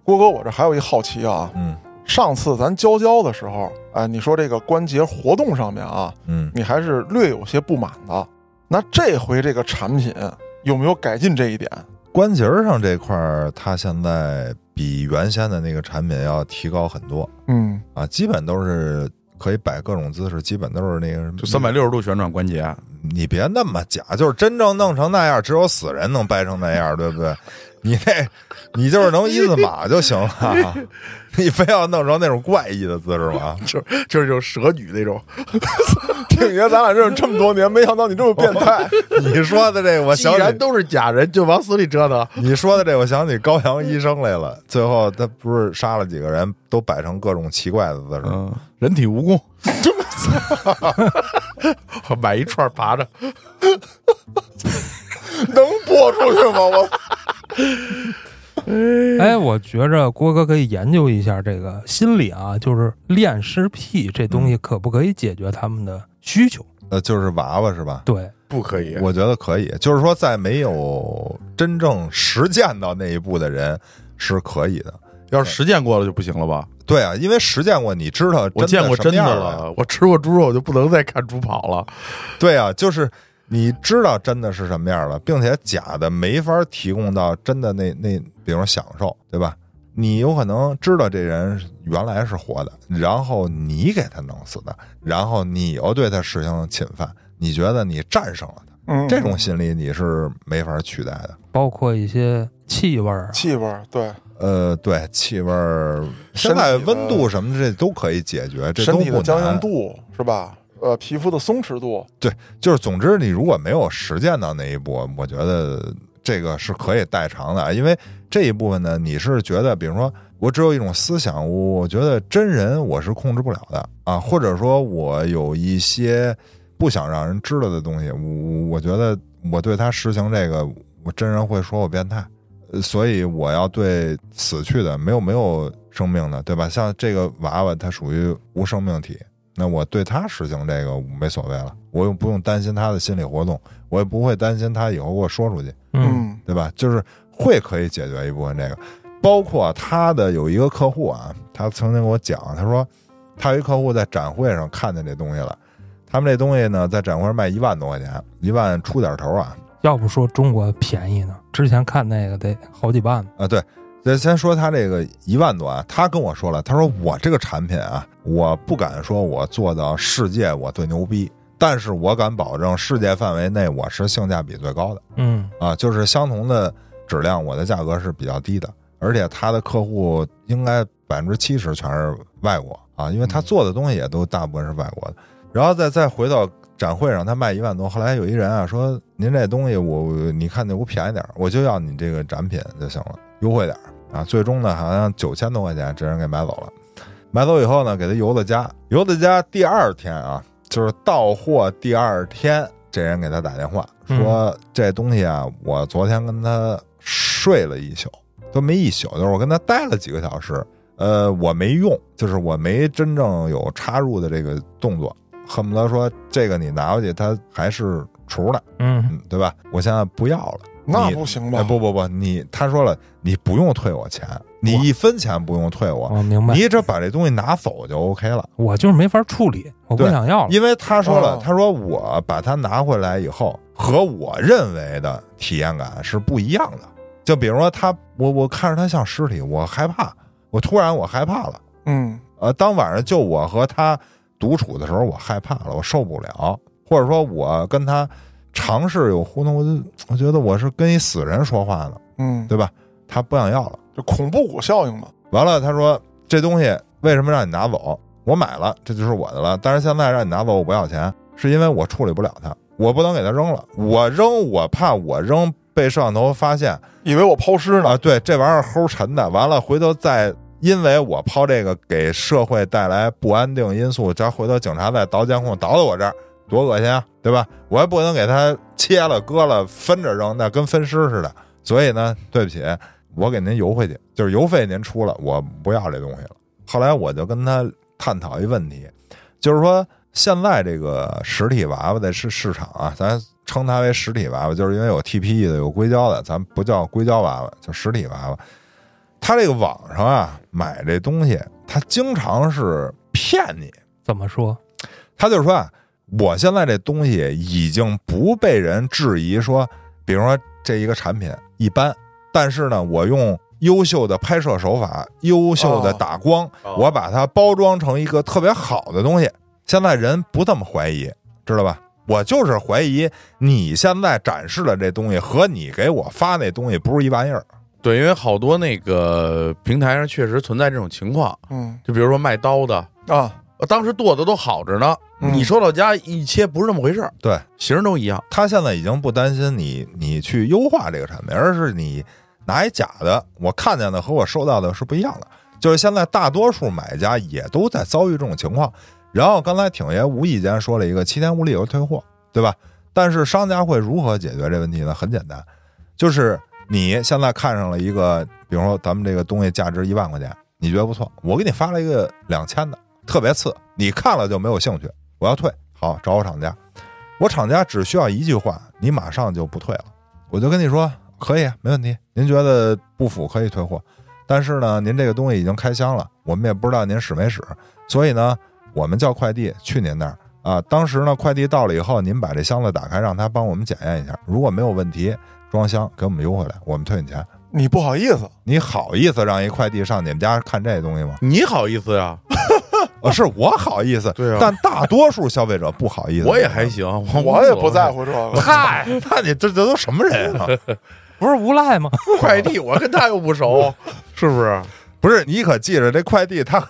S1: 郭哥，我这还有一好奇啊，
S3: 嗯
S1: 上次咱交交的时候，哎，你说这个关节活动上面啊，
S3: 嗯，
S1: 你还是略有些不满的。那这回这个产品有没有改进这一点？
S3: 关节儿上这块儿，它现在比原先的那个产品要提高很多
S1: 嗯，
S3: 啊，基本都是可以摆各种姿势，基本都是那个
S2: 就三百。六十度旋转关节，啊
S3: 你别那么假，就是真正弄成那样，只有死人能掰成那样，对不 对？你那，你就是能一字马就行了， 你非要弄成那种怪异的姿势吗？
S2: 就是就是蛇女那种，
S1: 挺爷，咱俩认识这么多年，没想到你这么变态。
S3: 你说的这个，我
S2: 既
S3: 想起
S2: 然都是假人，就往死里折腾。
S3: 你说的这，我想起高阳医生来了。最后他不是杀了几个人，都摆成各种奇怪的姿势。
S2: 嗯，人体蜈蚣， 我买一串爬着，
S1: 能播出去吗？我
S3: 嗯
S4: 哎，我觉着郭哥可以研究一下这个心理啊，就是恋尸癖这东
S3: 嗯
S4: 西可不可以解决他们的需求？
S3: 呃，就是娃娃是吧？
S4: 对，
S2: 不可以。
S3: 我觉得可以，就是说在没有真正实践到那一步的人是可以的。
S2: 要是实践过了就不行了吧？
S3: 对啊，因为实践过，你知道
S2: 我见过
S3: 真的什么
S2: 真的
S3: 样呀。
S2: 啊了，我吃过猪肉，就不能再看猪跑了。
S3: 对啊，就是你知道真的是什么样了，并且假的没法提供到真的那那，比如享受，对吧？你有可能知道这人原来是活的，然后你给他弄死的，然后你又对他实行了侵犯，你觉得你战胜了他，
S1: 嗯，
S3: 这种心理你是没法取代的。
S4: 包括一些气味儿啊，
S1: 气味儿，对，
S3: 呃，对，气味儿，
S1: 身
S3: 现
S1: 体的
S3: 在温度什么的这都可以解决，这
S1: 身
S3: 都
S1: 体的
S3: 不
S1: 僵硬
S3: 难。
S1: 度是吧？呃，皮肤的松弛度，
S3: 就是总之，你如果没有实践到那一步，我觉得这个是可以代偿的，因为这一部分呢，你是觉得，比如说我只有一种思想，我我觉得真人我是控制不了的啊，或者说我有一些不想让人知道的东西，我我我觉得我对他实行这个，我真人会说我变态。呃所以我要对死去的没有没有生命的，对吧？像这个娃娃，它属于无生命体，那我对他实行这个没所谓了，我又不用担心他的心理活动，我也不会担心他以后给我说出去，
S4: 嗯，
S1: 嗯
S3: 对吧？就是会可以解决一部分这个，包括他的有一个客户啊，他曾经给我讲，他说他有一客户在展会上看见这东西了，他们这东西呢在展会上卖一万多块钱，一万出点头啊，
S4: 要不说中国便宜呢？之前看那个得好几万呢。
S3: 啊，对，咱先说他这个一万多啊，他跟我说了，他说我这个产品啊，我不敢说我做到世界我最牛逼，但是我敢保证世界范围内我是性价比最高的
S4: 嗯
S3: 啊，就是相同的质量，我的价格是比较低的，而且他的客户应该百分之七十全是外国啊，因为他做的东西也都大部分是外国的，然后再再回到。展会上他卖一万多，后来有一人啊说：“您这东西我我你看给我便宜点儿，我就要你这个展品就行了。”优惠点儿啊。最终呢，好像九千多块钱，这人给买走了。买走以后呢，给他邮到家，邮到家第二天啊，就是到货第二天，这人给他打电话说：“这东西啊，我昨天跟他睡了一宿，都没一宿，就是我跟他待了几个小时，呃，我没用，就是我没真正有插入的这个动作，恨不得说这个你拿回去，它还是雏呢，
S4: 嗯
S3: 嗯，对吧？我现在不要了。”
S1: 那
S3: 你
S1: 不行
S3: 哎，
S1: 吧？
S3: 不不不，你他说了，你不用退我哦钱，你一分钱不用退我，
S4: 我明白。
S3: 你只把这东西拿走就 OK 了。
S4: 我就是没法处理，我不
S3: 对
S4: 想要了。
S3: 因为他说了，
S1: 哦
S3: 他说我把它拿回来以后，和我认为的体验感是不一样的。就比如说他，我我看着他像尸体，我害怕，我突然我害怕了。
S1: 嗯，
S3: 呃，当晚上就我和他独处的时候，我害怕了，我受不了，或者说我跟他尝试有互动，我就我觉得我是跟一死人说话呢，
S1: 嗯，
S3: 对吧？他不想要了。
S1: 就恐怖谷效应嘛。
S3: 完了，他说这东西为什么让你拿走？我买了，这就是我的了。但是现在让你拿走，我不要钱，是因为我处理不了它，我不能给它扔了。我扔，我怕我扔被摄像头发现
S1: 以为我抛尸呢
S3: 啊。，对，这玩意儿齁沉的。完了，回头再因为我抛这个给社会带来不安定因素，再回头警察再倒监控倒到我这儿，多恶心啊，对吧？我也不能给它切了、割了、分着扔，那跟分尸似的。所以呢，对不起，我给您邮回去，就是邮费您出了，我不要这东西了。后来我就跟他探讨一问题，就是说现在这个实体娃娃的市市场啊，咱称它为实体娃娃，就是因为有 TPE 的，有硅胶的，咱不叫硅胶娃娃，叫实体娃娃。他这个网上啊买这东西，他经常是骗你，
S4: 怎么说？
S3: 他就说啊，我现在这东西已经不被人质疑说，比如说这一个产品一般，但是呢，我用优秀的拍摄手法、优秀的
S1: 哦
S3: 打光，
S2: 哦
S3: 我把它包装成一个特别好的东西。现在人不这么怀疑，知道吧？我就是怀疑你现在展示的这东西和你给我发那东西不是一玩意儿。
S2: 对，因为好多那个平台上确实存在这种情况，
S1: 嗯
S2: 就比如说卖刀的，
S1: 啊，
S2: 呃当时剁的都好着呢，
S1: 嗯
S2: 你收到家一切不是这么回事儿，
S3: 对，
S2: 形儿都一样。
S3: 他现在已经不担心你你去优化这个产品，而是你拿一假的，我看见的和我收到的是不一样的。就是现在大多数买家也都在遭遇这种情况。然后刚才挺爷无意间说了一个七天无理由退货，对吧？但是商家会如何解决这问题呢？很简单，就是你现在看上了一个，比如说咱们这个东西价值一万块钱，你觉得不错，我给你发了一个两千的，特别次，你看了就没有兴趣，我要退，好找我厂家，我厂家只需要一句话，你马上就不退了，我就跟你说可以，啊没问题，您觉得不符可以退货，但是呢，您这个东西已经开箱了，我们也不知道您使没使，所以呢，我们叫快递去您那儿。啊，当时呢，快递到了以后，您把这箱子打开，让他帮我们检验一下，如果没有问题，装箱给我们邮回来，我们退你钱。
S1: 你不好意思，
S3: 你好意思让一快递上你们家看这东西吗？
S2: 你好意思呀、啊
S3: 呃是我好意思，
S2: 对啊
S3: 但大多数消费者不好意思。
S2: 我 也还行，我
S1: 我也不在。乎这个。
S2: 嗨，
S3: 那你这这都什么人啊？
S4: 不是无赖吗？
S2: 快递我跟他又 不熟，是不是？
S3: 不是，你可记着这快递他。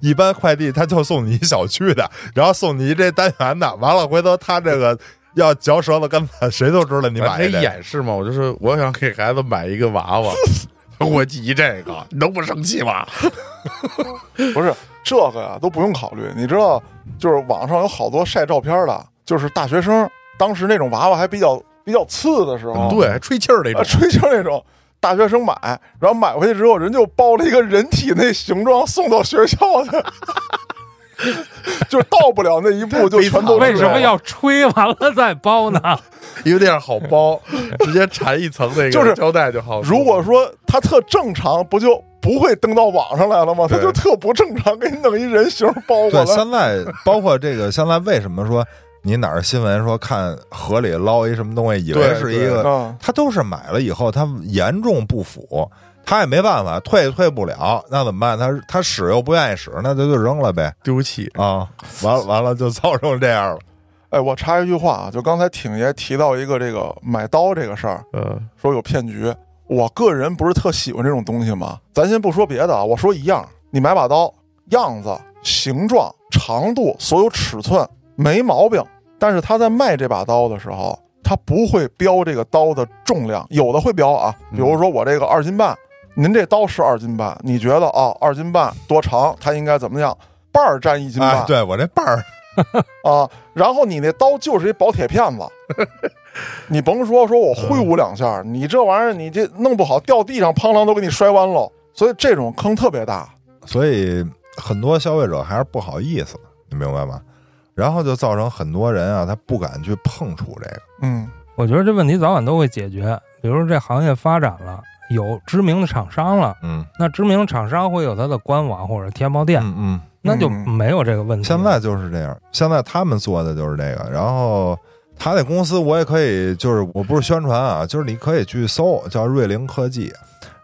S3: 一般快递他就送你一小区的，然后送你一这单元的，完了回头他这个要嚼舌头根子，谁都知道你
S2: 你
S3: 买
S2: 可
S3: 一
S2: 以
S3: 这。
S2: 演示嘛？我就说我想给孩子买一个 娃娃，我急这个，你能不生气吗？
S1: 不是这个呀、都不用考虑。你知道，就是网上有好多晒照片的，就是大学生当时那种娃娃还比较比较次的时候，
S2: 哦嗯对，还吹气儿那
S1: 啊，
S2: 种。
S1: 吹球那种。大学生买，然后买回去之后，人就包了一个人体那形状送到学校去， 就是到不了那一步，就全
S3: 哦
S1: 都
S4: 为什么
S1: 是
S4: 要吹完了再包 呢？
S2: 因为那样好 包，直接缠一层那个
S1: 就是
S2: 胶带就好。
S1: 如果说它特正常，不就不会登到网上来了吗？它
S2: 对
S1: 就特不正常，给你弄一人形包过
S3: 对，
S1: 来。
S3: 现在包括这个，现在为什么说你哪儿新闻说看河里捞一什么东西，以为
S2: 对
S3: 是
S2: 对
S3: 一个
S1: 嗯，
S3: 他都是买了以后，他严重不符，他也没办法，退也退不了，那怎么办？他他使又不愿意使，那就就扔了呗
S2: 丢弃，
S1: 呃
S3: 啊！完了完了，就造成这样了。
S1: 哎，我插一句话啊，就刚才挺爷提到一个这个买刀这个事儿，
S2: 嗯，
S1: 说有骗局。我个人不是特喜欢这种东西嘛，咱先不说别的啊，我说一样，你买把刀，样子、形状、长度，所有尺寸没毛病，但是他在卖这把刀的时候，他不会标这个刀的重量，有的会标啊，比如说我这个二斤半，您这刀是二斤半，你觉得啊，二斤半多长，它应该怎么样？瓣儿占一斤半、
S3: 哎，对我这瓣儿，
S1: 啊，然后你那刀就是一薄铁片 子，你甭说说我挥
S3: 嗯
S1: 舞两下儿，你这玩意儿你这弄不好掉地上，砰啷都给你摔弯喽。所以这种坑特别大，
S3: 所以很多消费者还是不好意思，你明白吗？然后就造成很多人啊，他不敢去碰触这个。
S1: 嗯，
S4: 我觉得这问题早晚都会解决。比如说这行业发展了，有知名的厂商了，
S3: 嗯
S4: 那知名厂商会有它的官网或者天猫店，
S3: 嗯嗯，
S4: 那就没有这个问题。
S3: 现在就是这样，现在他们做的就是这个，然后。他那公司我也可以，就是我不是宣传啊，就是你可以去搜叫瑞灵科技，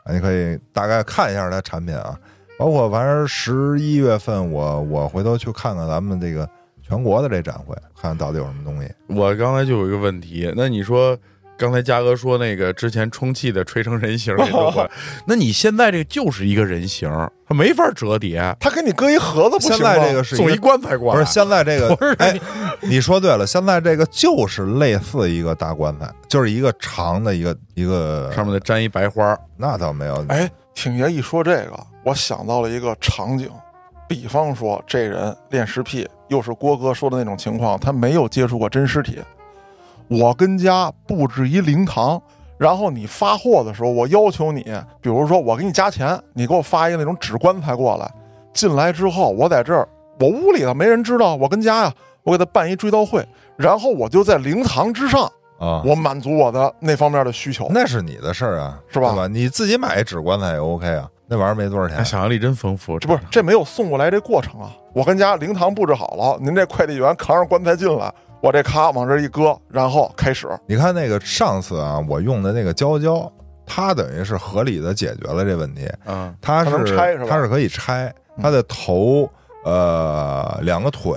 S3: 啊你可以大概看一下它产品啊，包括反正十一月份我我回头去看看咱们这个全国的这展会，看看到底有什么东西。
S2: 我刚才就有一个问题，那你说刚才嘉哥说那个之前充气的吹成人形那 种款，那你现在这个就是一个人形，它没法折叠，
S1: 他给你搁一盒子不
S3: 现
S1: 行吗？
S3: 在这个是
S2: 送
S3: 一
S2: 一
S3: 个
S2: 棺材过
S3: 不
S2: 来
S3: 是。现在这个
S4: 不是
S3: 哎，你说对了，现在这个就是类似一个大棺材，就是一个长的一个一个
S2: 上面的粘一白花，
S3: 那倒没有，
S1: 哎，挺爷一说这个，我想到了一个场景，比方说这人恋尸癖，又是郭哥说的那种情况，他没有接触过真尸体。我跟家布置一灵堂，然后你发货的时候，我要求你，比如说我给你加钱，你给我发一个那种纸棺材过来。进来之后，我在这儿，我屋里头没人知道，我跟家呀、我给他办一追悼会，然后我就在灵堂之上，
S3: 啊，
S1: 我满足我的那方面的需求。
S3: 那是你的事儿啊，
S1: 是吧
S3: 对吧？你自己买一纸棺材也 OK 啊，那玩意儿没多少钱
S2: 哎，。想象力真丰富。
S1: 这不是这没有送过来这过程啊！我跟家灵堂布置好了，您这快递员扛着棺材进来，我这咔往这一搁，然后开始。
S3: 你看那个上次啊，我用的那个胶胶，它等于是合理的解决了这问题，
S2: 嗯，
S3: 它
S1: 它能
S3: 是
S1: 拆是吧
S3: 它是可以拆，它的头呃两个腿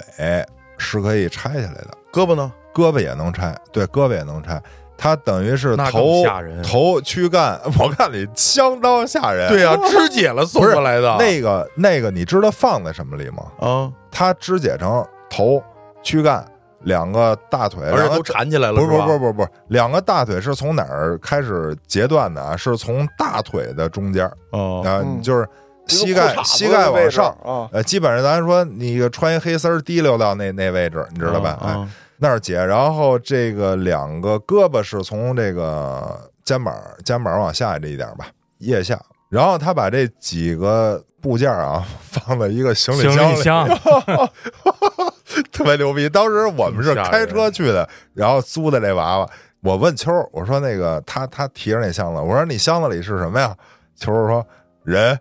S3: 是可以拆下来的，
S2: 胳膊呢？
S3: 胳膊也能拆，对，胳膊也能拆。它等于是
S2: 那更
S3: 头
S2: 吓人
S3: 头躯干，我看你相当吓人。
S2: 对呀、肢解了送
S3: 不是
S2: 过来的。
S3: 那个那个，你知道放在什么里吗？
S2: 啊，
S3: 它肢解成头、躯干、两个大腿，
S2: 而且
S3: 两
S2: 都
S3: 个
S2: 缠起来了，
S3: 不是不
S2: 是
S3: 是
S2: 吧
S3: 不是不是不是，两个大腿是从哪儿开始截断的啊？是从大腿的中间儿
S2: 哦，
S3: 啊，
S1: 嗯
S3: 你就是膝
S1: 一
S3: 盖
S1: 个裤衩子
S3: 膝
S1: 的
S3: 盖
S1: 位
S3: 往
S1: 置
S3: 上。
S1: 啊，
S3: 呃，基本上咱说你穿一黑丝儿滴溜到那那位置，你知道吧？
S2: 啊
S3: 哎，那儿截。然后这个两个胳膊是从这个肩膀肩膀往下这一点儿吧，腋下。然后他把这几个部件儿啊放在一个行李
S4: 行
S3: 箱
S4: 李
S3: 里，
S4: 箱，
S3: 特别牛逼。当时我们是
S2: 吓人
S3: 开车去的，然后租的这娃娃。我问秋儿，我说那个他他提着那箱子，我说你箱子里是什么呀？秋儿说 人。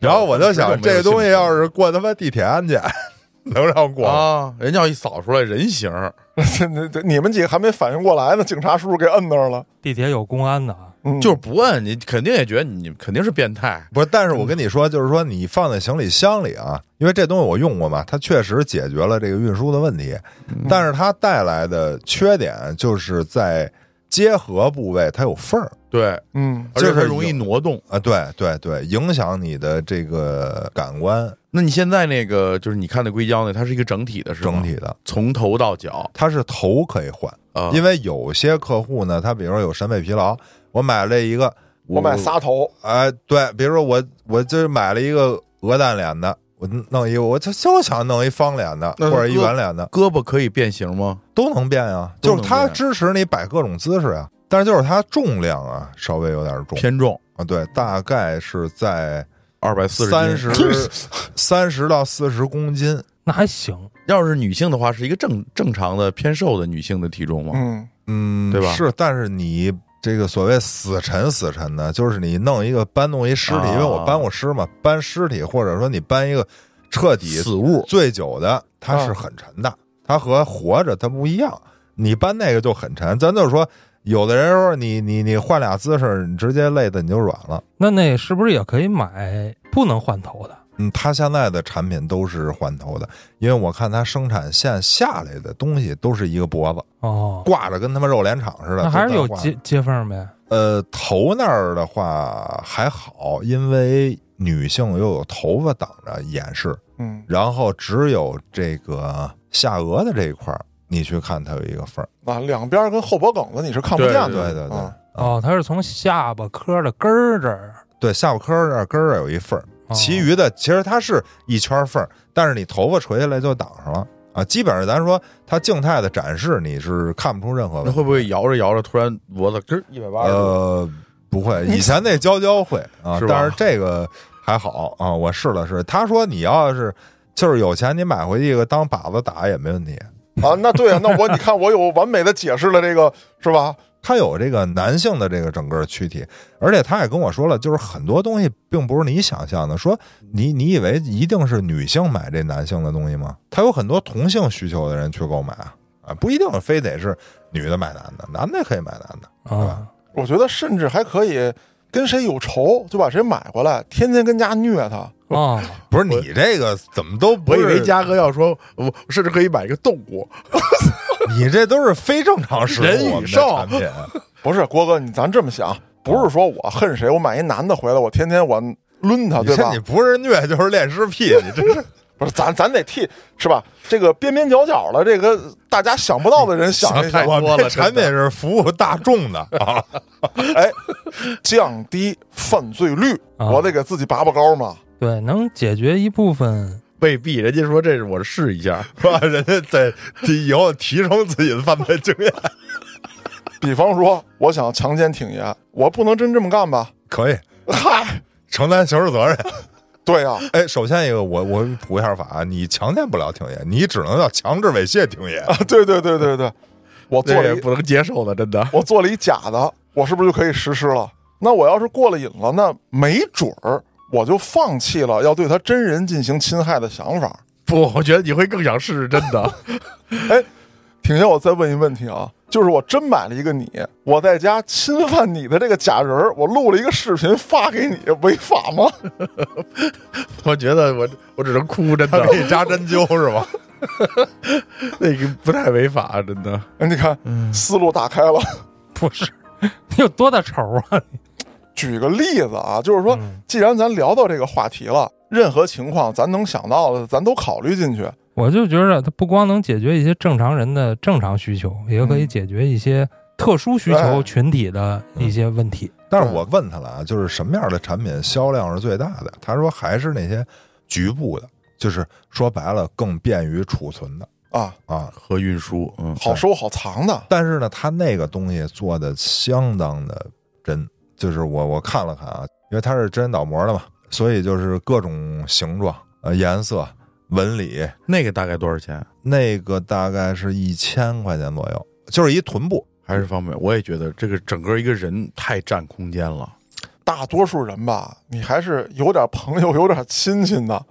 S3: 然后我就想，这东西要是过他妈地铁安检， 能让过吗？
S2: 啊，人家要一扫出来人形儿，
S1: 这这这你们几个还没反应过来呢，警察叔叔给摁那儿了。
S4: 地铁有公安的啊，
S1: 嗯
S2: 就是不问你，肯定也觉得你肯定是变态。
S3: 不是，但是我跟你说，就是说你放在行李箱里啊，因为这东西我用过嘛，它确实解决了这个运输的问题，
S1: 嗯
S3: 但是它带来的缺点就是在结合部位它有缝儿
S2: 对，
S1: 嗯，
S2: 而且
S3: 就是
S2: 它容易挪动。
S3: 啊，对对对，影响你的这个感官
S2: 那你现在那个就是你看的硅胶呢，它是一个整体的，是吗
S3: 整体
S1: 嗯
S3: 的，
S2: 从头到脚
S3: 它是头可以换，
S2: 啊，
S3: 因为有些客户呢，他比如说有审美疲劳，我买了一个，
S1: 我买仨头，
S3: 哎，对，比如说我我就是买了一个鹅蛋脸的，我弄一个，我就就想弄一方脸的
S2: 那
S3: 或者一
S2: 鹅
S3: 圆脸的。
S2: 胳膊可以变形吗？
S3: 都能变啊，
S2: 都
S3: 就
S2: 能
S3: 是它
S2: 变
S3: 支持你摆各种姿势啊，但是就是它重量啊稍微有点重
S2: 偏重
S3: 啊，对，大概是在
S2: 二百四
S3: 三十三十到四十公斤，
S4: 那还行，
S2: 要是女性的话，是一个正正常的偏瘦的女性的体重吗？
S1: 嗯，
S3: 嗯，
S2: 对吧
S3: 是，但是你这个所谓死沉死沉的，就是你弄一个搬弄一尸体，
S2: 啊
S3: 因为我搬过尸嘛，搬尸体或者说你搬一个彻底
S2: 死物
S3: 醉酒的，它是
S1: 啊
S3: 很沉的，它和活着它不一样。你搬那个就很沉，咱就是说，有的人说你你你换俩姿势，你直接累的你就软了。
S4: 那那是不是也可以买不能换头的？
S3: 嗯，它现在的产品都是换头的，因为我看它生产线下来的东西都是一个脖子
S4: 哦，
S3: 挂着，跟他们肉联厂似的。
S4: 那还是有
S3: 都在挂
S4: 接接缝呗。
S3: 呃头那儿的话还好，因为女性又有头发挡着掩饰，
S1: 嗯，
S3: 然后只有这个下颚的这一块儿，你去看它有一个缝儿。
S1: 啊，两边跟后脖梗子你是看不
S2: 对
S1: 见的，
S3: 对对对
S1: 啊
S4: 哦，它是从下巴颏的根儿这儿，
S3: 对，下巴颏儿这儿根儿有一缝儿，
S4: 哦
S3: 其余的其实它是一圈缝儿，但是你头发垂下来就挡上了啊。基本上咱说它静态的展示，你是看不出任何
S2: 那
S3: 问题。
S2: 会不会摇着摇着突然脖子根一百八十度？
S3: 呃，不会，以前那娇娇 会啊
S2: 是吧，
S3: 但是这个还好啊，我试了试。他说你要是就是有钱，你买回去一个当靶子打也没问题。
S1: 啊，那对啊，那我你看我有完美的解释了，这个是吧？
S3: 它有这个男性的这个整个躯体，而且他也跟我说了，就是很多东西并不是你想象的。说你你以为一定是女性买这男性的东西吗？他有很多同性需求的人去购买啊，啊，不一定非得是女的买男的，男的也可以买男的。
S4: 啊，
S1: 我觉得甚至还可以跟谁有仇就把谁买过来，天天跟家虐他。
S4: 哦，
S3: 不是你这个怎么都不
S2: 我
S3: 是
S2: 以为嘉哥要说，我甚至可以买一个动物，
S3: 你这都是非正常食物，啊
S2: 人与
S3: 我们的
S2: 兽
S3: 产品。
S1: 不是郭哥，你咱这么想，不是说我恨谁，我买一男的回来，我天天我抡他，
S2: 啊
S3: 你
S1: 对
S3: 这
S1: 吧
S3: 你？不是虐就是恋尸癖，你这是
S1: 不是，咱咱得替是吧？这个边边角角的，这个大家想不到的人 想一想，
S2: 太多
S3: 我
S2: 了
S3: 们这产
S2: 真的
S3: 品是服务大众的啊。
S1: 哎，降低犯罪率，
S4: 啊
S1: 我得给自己拔拔高嘛。
S4: 对，能解决一 部分。
S2: 未必。人家说这是我试一 下，
S3: 是吧？人家在以后提升自己的犯罪经验，
S1: 比方说，我想强奸挺爷，我不能真这么干吧？
S3: 可以
S1: 嗨，
S3: 承担刑事责任。
S1: 对啊呀、
S3: 哎，首先一个，我我补一下法，啊你强奸不了挺爷，你只能叫强制猥亵挺爷。
S1: 啊， 对对对对对，我做
S2: 这
S1: 了
S2: 也
S1: 一
S2: 不能接受的，真的。
S1: 我做了一假的，我是不是就可以实施了？那我要是过了瘾了，那没准儿我就放弃了要对他真人进行侵害的想法。
S2: 不，我觉得你会更想试试真的。
S1: 挺爷，我再问一问题啊，就是我真买了一个你，我在家侵犯你的这个假人儿，我录了一个视频发给你，违法吗？
S2: 我觉得我我只能哭，真
S3: 他
S2: 的
S3: 可，以扎针灸是吧？
S2: 那个不太违法，啊真的。
S1: 哎你看，思路打开了。
S4: 不是， 你有多大仇啊？
S1: 举个例子啊，就是说
S4: 嗯，
S1: 既然咱聊到这个话题了，任何情况咱能想到的，咱都考虑进去。
S4: 我就觉得它不光能解决一些正常人的正常需求，也可以
S3: 嗯
S4: 解决一些特殊需求
S1: 哎
S4: 群体的一些问题。
S3: 但
S1: 嗯
S3: 是我问他了啊，就是什么样的产品销量是最大的？他说还是那些局部的，就是说白了更便于储存的
S1: 啊，
S3: 啊。
S2: 和运输，嗯，
S1: 好收好藏的，
S3: 但是呢，他那个东西做的相当的真，就是我我看了看啊，因为它是真人导模的嘛，所以就是各种形状、呃颜色、纹理，
S2: 那个大概多少钱？
S3: 那个大概是一千块钱左右，就是一臀部。
S2: 还是方便？我也觉得这个整个一个人太占空间了。
S1: 大多数人吧，你还是有点朋友，有点亲戚的。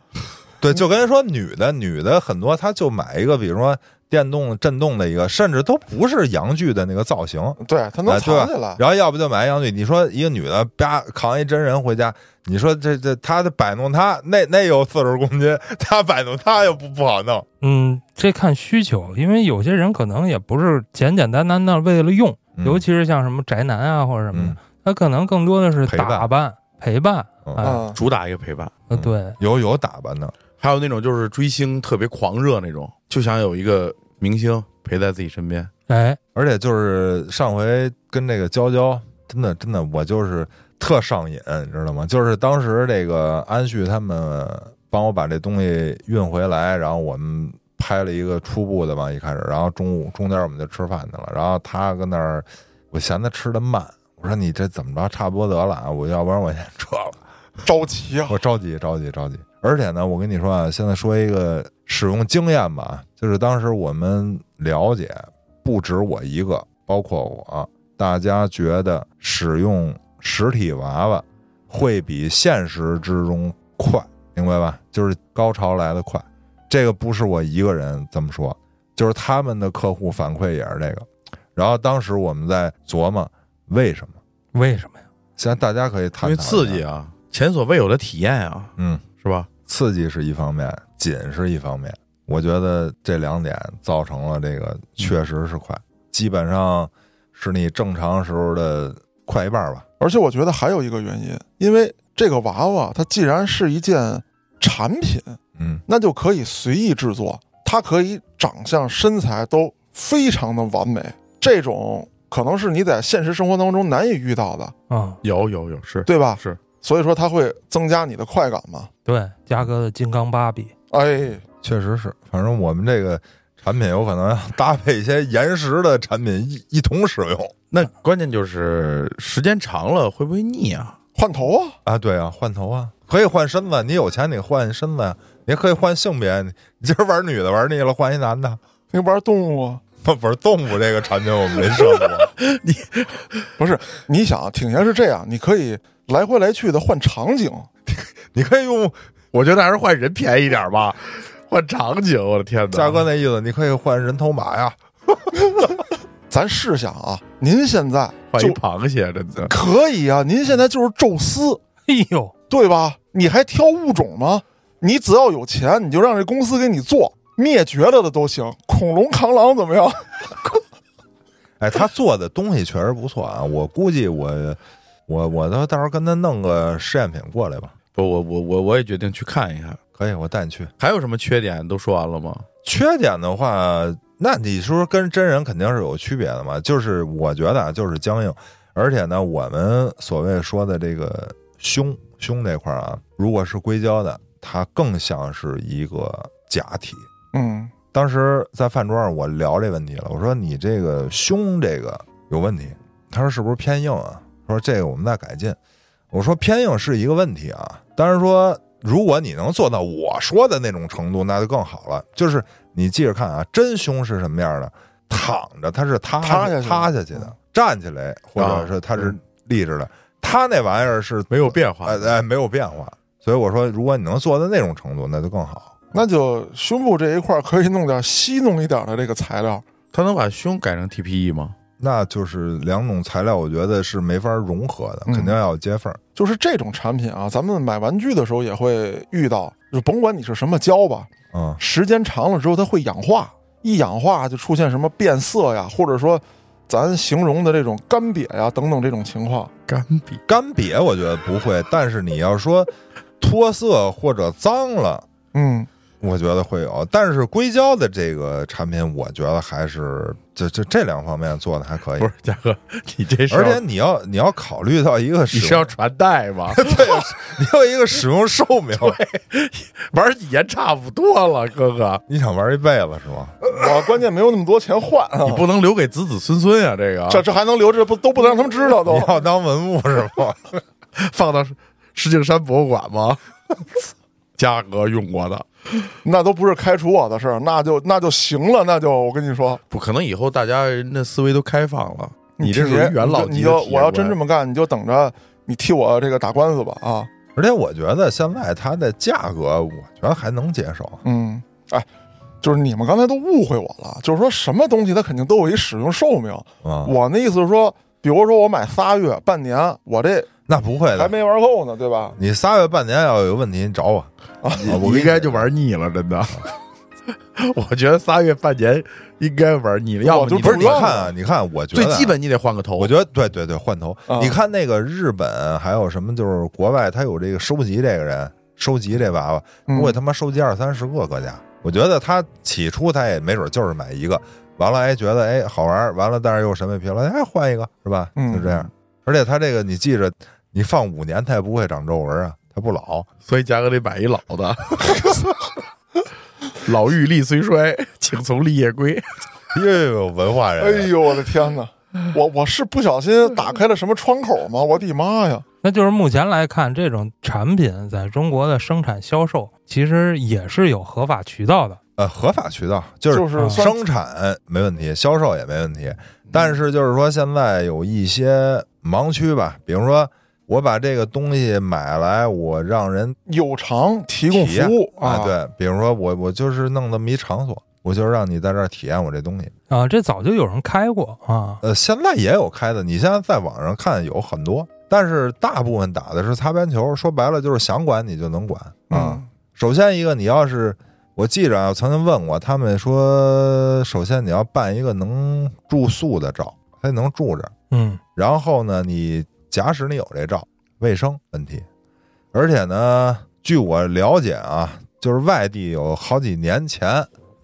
S3: 对，就跟说女的，女的很多，她就买一个，比如说电动震动的一个，甚至都不是洋具的那个造型。
S1: 对，它能
S3: 哎对吧
S1: 藏起来，
S3: 然后要不就买洋具。你说一个女的啪扛一真人回家，你说这这她摆弄她那那有四十公斤，她摆弄她又不不好弄。
S4: 嗯，这看需求，因为有些人可能也不是简简单单的为了用，
S3: 嗯
S4: 尤其是像什么宅男啊或者什么的，
S3: 嗯
S4: 他可能更多的是
S3: 陪伴
S4: 打扮、陪伴。
S3: 嗯
S4: 哎
S1: 嗯，
S2: 主打一个陪伴。
S3: 嗯
S4: 呃对，
S3: 有有打扮的，
S2: 还有那种就是追星特别狂热那种，就想有一个明星陪在自己身边。
S4: 哎，
S3: 而且就是上回跟这个娇娇，真的真的，我就是特上瘾，你知道吗？就是当时这个安旭他们帮我把这东西运回来，然后我们拍了一个初步的吧，一开始，然后中午中间我们就吃饭去了，然后他跟那儿，我嫌他吃的慢，我说你这怎么着，差不多得了啊，我要不然我先撤了。
S1: 着急啊，
S3: 我着急，着急，着急。而且呢，我跟你说啊，现在说一个使用经验吧，就是当时我们了解，不止我一个，包括我，大家觉得使用实体娃娃会比现实之中快，明白吧？就是高潮来得快。这个不是我一个人这么说，就是他们的客户反馈也是这个。然后当时我们在琢磨为什么，
S4: 为什么呀？
S3: 现在大家可以
S2: 因
S3: 探讨
S2: 为
S3: 一下
S2: 刺激啊，前所未有的体验啊，
S3: 嗯。
S2: 是吧？
S3: 刺激是一方面，紧是一方面。我觉得这两点造成了这个确实是快，基本上是你正常时候的快一半儿吧。
S1: 而且我觉得还有一个原因，因为这个娃娃它既然是一件产品，
S3: 嗯，
S1: 那就可以随意制作，它可以长相、身材都非常的完美，这种可能是你在现实生活当中难以遇到的，
S4: 啊、
S2: 有有有，是
S1: 对吧？
S2: 啊是，
S1: 所以说它会增加你的快感嘛。
S4: 对，嘉哥的金刚芭比，
S1: 哎，
S3: 确实是。反正我们这个产品有可 能要搭配一些延时的产品一一同使用
S2: 那关键就是时间长了会不会腻啊？
S1: 换头啊，
S3: 啊。对啊，换头啊，可以换身子，你有钱你换身子呀，也可以换性别。你今儿玩女的玩腻了，换一男的。
S1: 那玩动物啊，
S3: 不是动物这个产品我们没涉 过，
S1: 不是？你想，挺爷是这样，你可以来回来去的换场景，
S3: 你可以用
S2: 我觉得还是换人便宜点吧， 换场景，我的天哪！
S3: 嘉哥那意思，你可以换人头马呀。
S1: 咱试想啊，您现在
S2: 换一
S1: 就
S2: 螃蟹，真的。
S1: 可以啊，您现在就是宙斯，
S4: 哎呦，
S1: 对吧？你还挑物种吗？你只要有钱，你就让这公司给你做，灭绝了的都行。恐龙、扛狼怎么样？
S3: 哎，他做的东西确实不错啊，我估计我我我到到时候跟他弄个试验品过来吧，
S2: 不，我我我我也决定去看一看。
S3: 可以，我带你去。
S2: 还有什么缺点都说完了吗？
S3: 缺点的话，那你说跟真人肯定是有区别的嘛，就是我觉得啊，就是僵硬，而且呢，我们所谓说的这个胸胸这块儿啊，如果是硅胶的，它更像是一个假体，
S1: 嗯，
S3: 当时在饭桌上我聊这问题了，我说你这个胸这个有问题，他说是不是偏硬啊？说这个我们再改进。我说偏硬是一个问题啊，但是说如果你能做到我说的那种程度，那就更好了。就是你记着看啊，真胸是什么样的？躺着它是塌
S1: 塌下去的
S3: 塌下去
S2: 嗯
S3: 的，站起来或者是它是立着的，它那玩意儿是
S2: 啊没有变化，
S3: 哎哎没有变化。所以我说，如果你能做到那种程度，那就更好。
S1: 那就胸部这一块儿可以弄点稀弄一点的这个材料，
S2: 他能把胸改成 TPE 吗？
S3: 那就是两种材料，我觉得是没法融合的，
S1: 嗯
S3: 肯定要有接缝儿。
S1: 就是这种产品啊，咱们买玩具的时候也会遇到，就甭管你是什么胶吧，
S3: 嗯，
S1: 时间长了之后它会氧化，一氧化就出现什么变色呀，或者说咱形容的这种干瘪呀等等这种情况。
S2: 干瘪，
S3: 干瘪我觉得不会，但是你要说脱色或者脏了，
S1: 嗯，
S3: 我觉得会有。但是硅胶的这个产品，我觉得还是这这这两方面做的还可以
S2: 不。是嘉哥，你这是要
S3: 而且你要你要考虑到一个
S2: 你
S3: 使
S2: 是
S3: 用，
S2: 要传代 吗？
S3: 对，你要一个使用寿 命。
S2: 玩几年差不多了，哥哥，
S3: 你想玩一辈子是吗？
S1: 我关键没有那么多钱换
S2: 你
S1: 啊，
S2: 不能留给子子孙孙啊！这个
S1: 这这还能留着不都不能让他们知
S2: 哦
S1: 道都
S3: 你。要当文物是吗？
S2: 放到石景山博物馆 吗？嘉哥用过的，
S1: 那都不是开除我的事儿，那就那就行了，那就我跟你说，
S2: 不可能，以后大家人的思维都开放了。你这
S1: 挺
S2: 属于
S1: 爷
S2: 元 老
S1: 你
S2: 级的
S1: 就
S2: 体验
S1: 我要
S2: 官
S1: 真这么干，你就等着你替我这个打官司吧啊，
S3: 而且我觉得现在它的价格，我觉得还能接受。
S1: 嗯嗯，哎，就是你们刚才都误会我了，就是说什么东西它肯定都有一使用寿命。
S3: 啊，
S1: 我那意思是说，比如说我买仨月、半年，我这
S3: 那不会
S1: 还
S3: 的。
S1: 没玩够呢，对吧？
S3: 你仨月半年要有问题，你找我。
S2: 啊我应该就玩腻了， 真的。我觉得仨月半年应该玩腻了，要么
S1: 我就
S2: 你
S3: 不是，你
S1: 用
S3: 看啊，你看，我觉得
S2: 最
S3: 啊
S2: 基，本你得换个头
S3: 我。觉得对对对，换头
S1: 啊。
S3: 你看那个日本还有什么，就是国外他有这个收集这个人收集这娃娃，
S1: 嗯
S3: 我他妈收集二三十个搁家。我觉得他起初他也没准就是买一个，完了哎觉得哎好玩儿，完了但是又审美疲劳，哎换一个是吧？
S1: 嗯
S3: 就这样。而且他这个你记着，你放五年他也不会长皱纹啊，他不 老。
S2: 所以价格得买一老 的。老妪力虽衰，请从立业归。
S3: 又有文化
S1: 哎
S3: 人，
S1: 呦我的天哪！我我是不小心打开了什么窗口吗？我的妈呀！
S4: 那就是目前来看，这种产品在中国的生产销售其实也是有合法渠道的。
S3: 呃，合法渠道就嗯
S1: 就是是算嗯
S3: 生产没问题，销售也没问题。但是就是说，现在有一些盲区吧，比如说我把这个东西买来，我让人
S1: 有偿提供
S3: 体
S1: 服
S3: 验
S1: 务
S3: 啊，，对，比如说我我就是弄这么一场所，我就是让你在这儿体验我这东西。
S4: 啊，这早就有人开过啊，
S3: 呃，现在也有开的，你现在在网上看有很多，但是大部分打的是擦边球，说白了就是想管你就能管啊。
S1: 嗯
S3: 首先一个，你要是我记着啊，我曾经问过他们说，首先你要办一个能住宿的照，他能住这儿。
S4: 嗯，
S3: 然后呢，你假使你有这照，卫生问题，而且呢，据我了解啊，就是外地有好几年前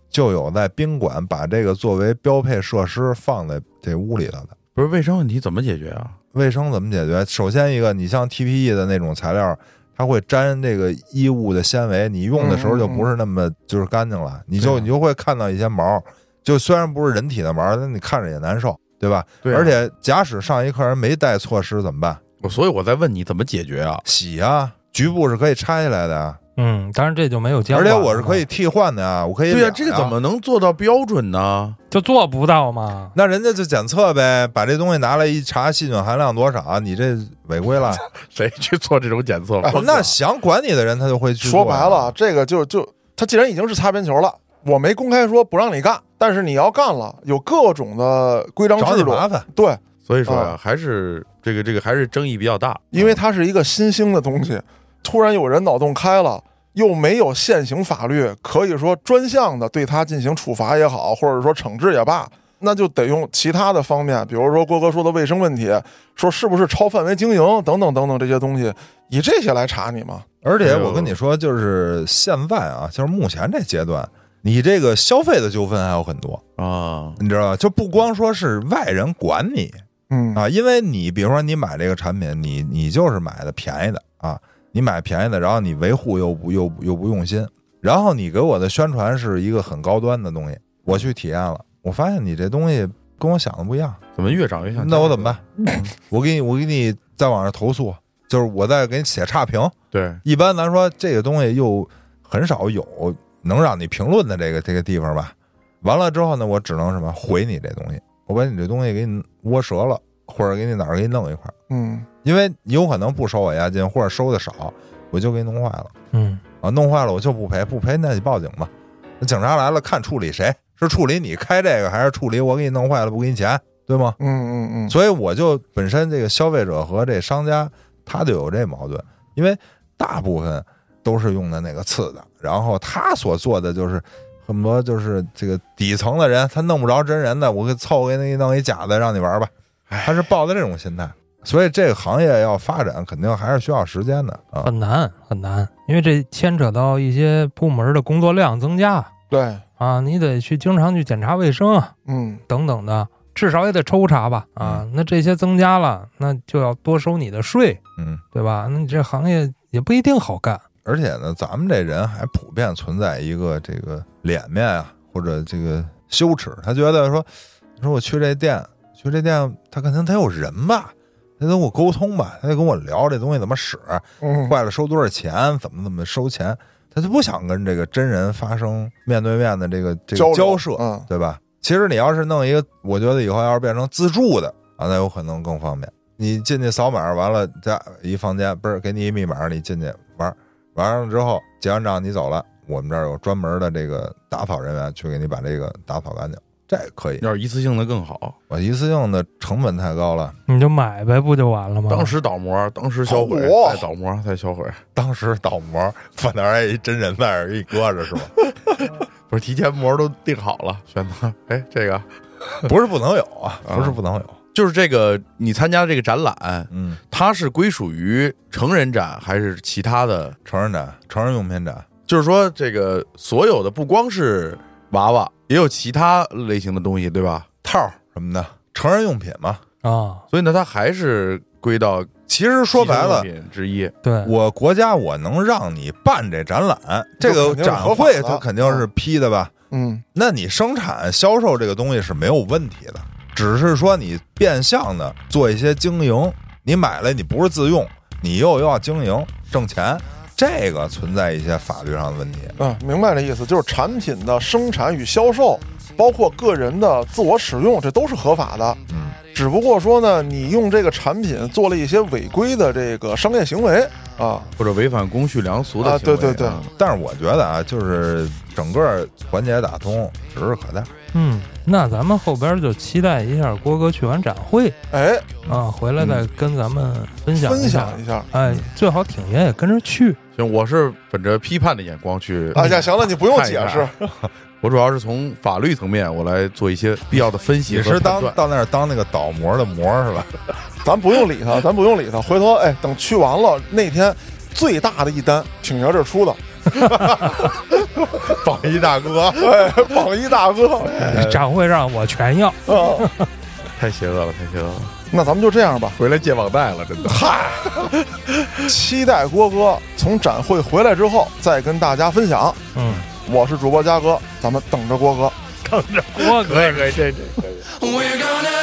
S3: 就有在宾馆把这个作为标配设施放在这屋里头的。
S2: 不是卫生问题怎么解决啊？
S3: 卫生怎么解决？首先一个，你像 TPE 的那种材料，它会粘这个衣物的纤维，你用的时候就不是那么就是干净了，你就
S2: 嗯对啊
S3: 你就会看到一些毛，就虽然不是人体的毛，但你看着也难受，对吧？
S2: 对啊
S3: 而且假使上一客人没带措施怎么办？
S2: 我所以我在问你怎么解决啊？
S3: 洗啊，局部是可以拆下来的啊，
S4: 嗯，当然这就没有监
S3: 而
S4: 管了，
S3: 且我是可以替换的啊，我可以
S2: 对
S3: 呀、
S2: 呀、这个怎？么能做到标准呢？
S4: 就做不到嘛。
S3: 那人家就检测呗，把这东西拿来一查，细菌含量多少，你这违规 了。
S2: 谁去做这种检测？
S1: 哎
S3: 那想管你的人他就会去做
S1: 说
S3: 呀。
S1: 白了，这个就就他既然已经是擦边球了，我没公开说不让你干，但是你要干了，有各种的规章
S3: 找你
S1: 制度。
S3: 麻烦。
S1: 对，
S2: 所以说呀、
S1: 啊
S2: 还是这个这个还是争议比较大。
S1: 因为它是一个新兴的东西，突然有人脑洞开了。又没有现行法律可以说专项的对它进行处罚也好，或者说惩治也罢，那就得用其他的方面，比如说郭哥说的卫生问题，说是不是超范围经营等等等等这些东西，以这些来查你吗？
S3: 而且我跟你说，就是现在啊，就是目前这阶段，你这个消费的纠纷还有很多，
S2: 啊，
S3: 你知道吧？就不光说是外人管你
S1: 嗯
S3: 啊，因为你比如说你买这个产品，你你就是买的便宜的啊，你买便宜的，然后你维护又不又不又不用心，然后你给我的宣传是一个很高端的东西，我去体验了，我发现你这东西跟我想的不一样，
S2: 怎么越长越像？
S3: 那我怎么？办？我给你我给你在网上投诉，就是我再给你写差评。
S2: 对，
S3: 一般咱说这个东西又很少有能让你评论的这个这个地方吧。完了之后呢，我只能什么回你这东西，我把你这东西给你窝折了，或者给你哪儿给你弄一块儿，
S1: 嗯，
S3: 因为你有可能不收我押金，或者收的少，我就给你弄坏了
S4: 嗯，
S3: 啊，弄坏了我就不赔，不赔那你报警吧，那警察来了看处理谁是处理你开这个，还是处理我给你弄坏了不给你钱，对吗？
S1: 嗯嗯嗯，
S3: 所以我就本身这个消费者和这商家他就有这矛盾，因为大部分都是用的那个次的，然后他所做的就是恨不得就是这个底层的人，他弄不着真人的，我给凑给你弄一假的让你玩吧，他是抱着这种心态，所以这个行业要发展肯定还是需要时间的啊。
S4: 很难很难，因为这牵扯到一些部门的工作量增加
S1: 对，
S4: 啊，你得去经常去检查卫生啊
S1: 嗯
S4: 等等的，至少也得抽查吧啊。那这些增加了，那就要多收你的税，
S3: 嗯，
S4: 对吧？那你这行业也不一定好干。
S3: 而且呢，咱们这人还普遍存在一个这个脸面啊，或者这个羞耻，他觉得说，你说我去这店，去这店，他肯定得有人吧，他得跟我沟通吧，他得跟我聊这东西怎么使，
S1: 嗯，
S3: 坏了收多少钱，怎么怎么收钱，他就不想跟这个真人发生面对面的这个这个
S1: 流
S3: 交涉，
S1: 嗯，
S3: 对吧？其实你要是弄一个，我觉得以后要是变成自助的啊，那有可能更方便。你进去扫码，完了加一房间，不是给你一密码，你进去玩，玩完了之后结完账你走了，我们这儿有专门的这个打扫人员去给你把这个打扫干净，这可以。
S2: 要是一次性的更好。
S3: 我一次性的成本太高了，
S4: 你就买呗，不就完了吗？
S2: 当时倒模，当时销毁，
S1: 哦
S2: 再啊倒模，再销毁，
S3: 当时倒模范达一真人在那儿给你搁着是吧？
S2: 不是提前模都定好了，选择。 哎，这个
S3: 不是不能有啊，不是不能有，
S2: 就是这个，你参加这个展览，
S3: 嗯，
S2: 它是归属于成人展还是其他的？
S3: 成人展、成人用品展，
S2: 就是说，这个所有的不光是娃娃，也有其他类型的东西，对吧？
S3: 套儿什么的，成人用品嘛。
S4: 啊，
S2: 所以呢，它还是归到
S3: 其实说白了
S2: 寄，生用品之一。
S4: 对，
S3: 我国家我能让你办这展
S2: 嗯
S3: 览，这个展会它肯定是批的吧？
S1: 嗯，
S3: 那你生产销售这个东西是没有问题的，只是说你变相的做一些经营，你买了你不是自用，你又要经营挣钱，这个存在一些法律上的问题。
S1: 啊，明白这意思，就是产品的生产与销售，包括个人的自我使用，这都是合法的。
S3: 嗯，
S1: 只不过说呢，你用这个产品做了一些违规的这个商业行为啊，
S2: 或者违反公序良俗的
S1: 啊
S2: 行为、
S1: 对对对
S2: 啊
S3: 但是我觉得啊，就是整个环节打通指日可待。
S4: 嗯，那咱们后边就期待一下郭哥去完展会
S1: 哎，
S4: 啊，回来再跟咱们分享
S1: 分
S4: 一下。
S1: 享一下。
S4: 哎，最好挺爷也跟着去。
S2: 行，我是本着批判的眼光去
S1: 哎呀，行了，你不用
S2: 看一
S1: 解
S2: 看
S1: 释，
S2: 我主要是从法律层面，我来做一些必要的分析
S3: 你
S2: 和
S3: 是
S2: 判
S3: 当
S2: 断。
S3: 到那儿当那个倒模的模是吧？
S1: 咱不用理他，咱不用理他。回头哎，等去完了那天最大的一单，挺爷这儿出的，
S3: 榜一大哥，
S1: 哎，榜一大哥。
S4: 展会让我全要，
S1: 啊，
S2: 太邪恶了，太邪恶了！
S1: 那咱们就这样吧，
S2: 回来借网贷了，真 的。
S1: 期待郭哥从展会回来之后再跟大家分享。
S4: 嗯，
S1: 我是主播嘉哥，咱们等着郭哥。
S4: 郭哥。
S2: 可以，可以，这这可以。
S5: We're gonna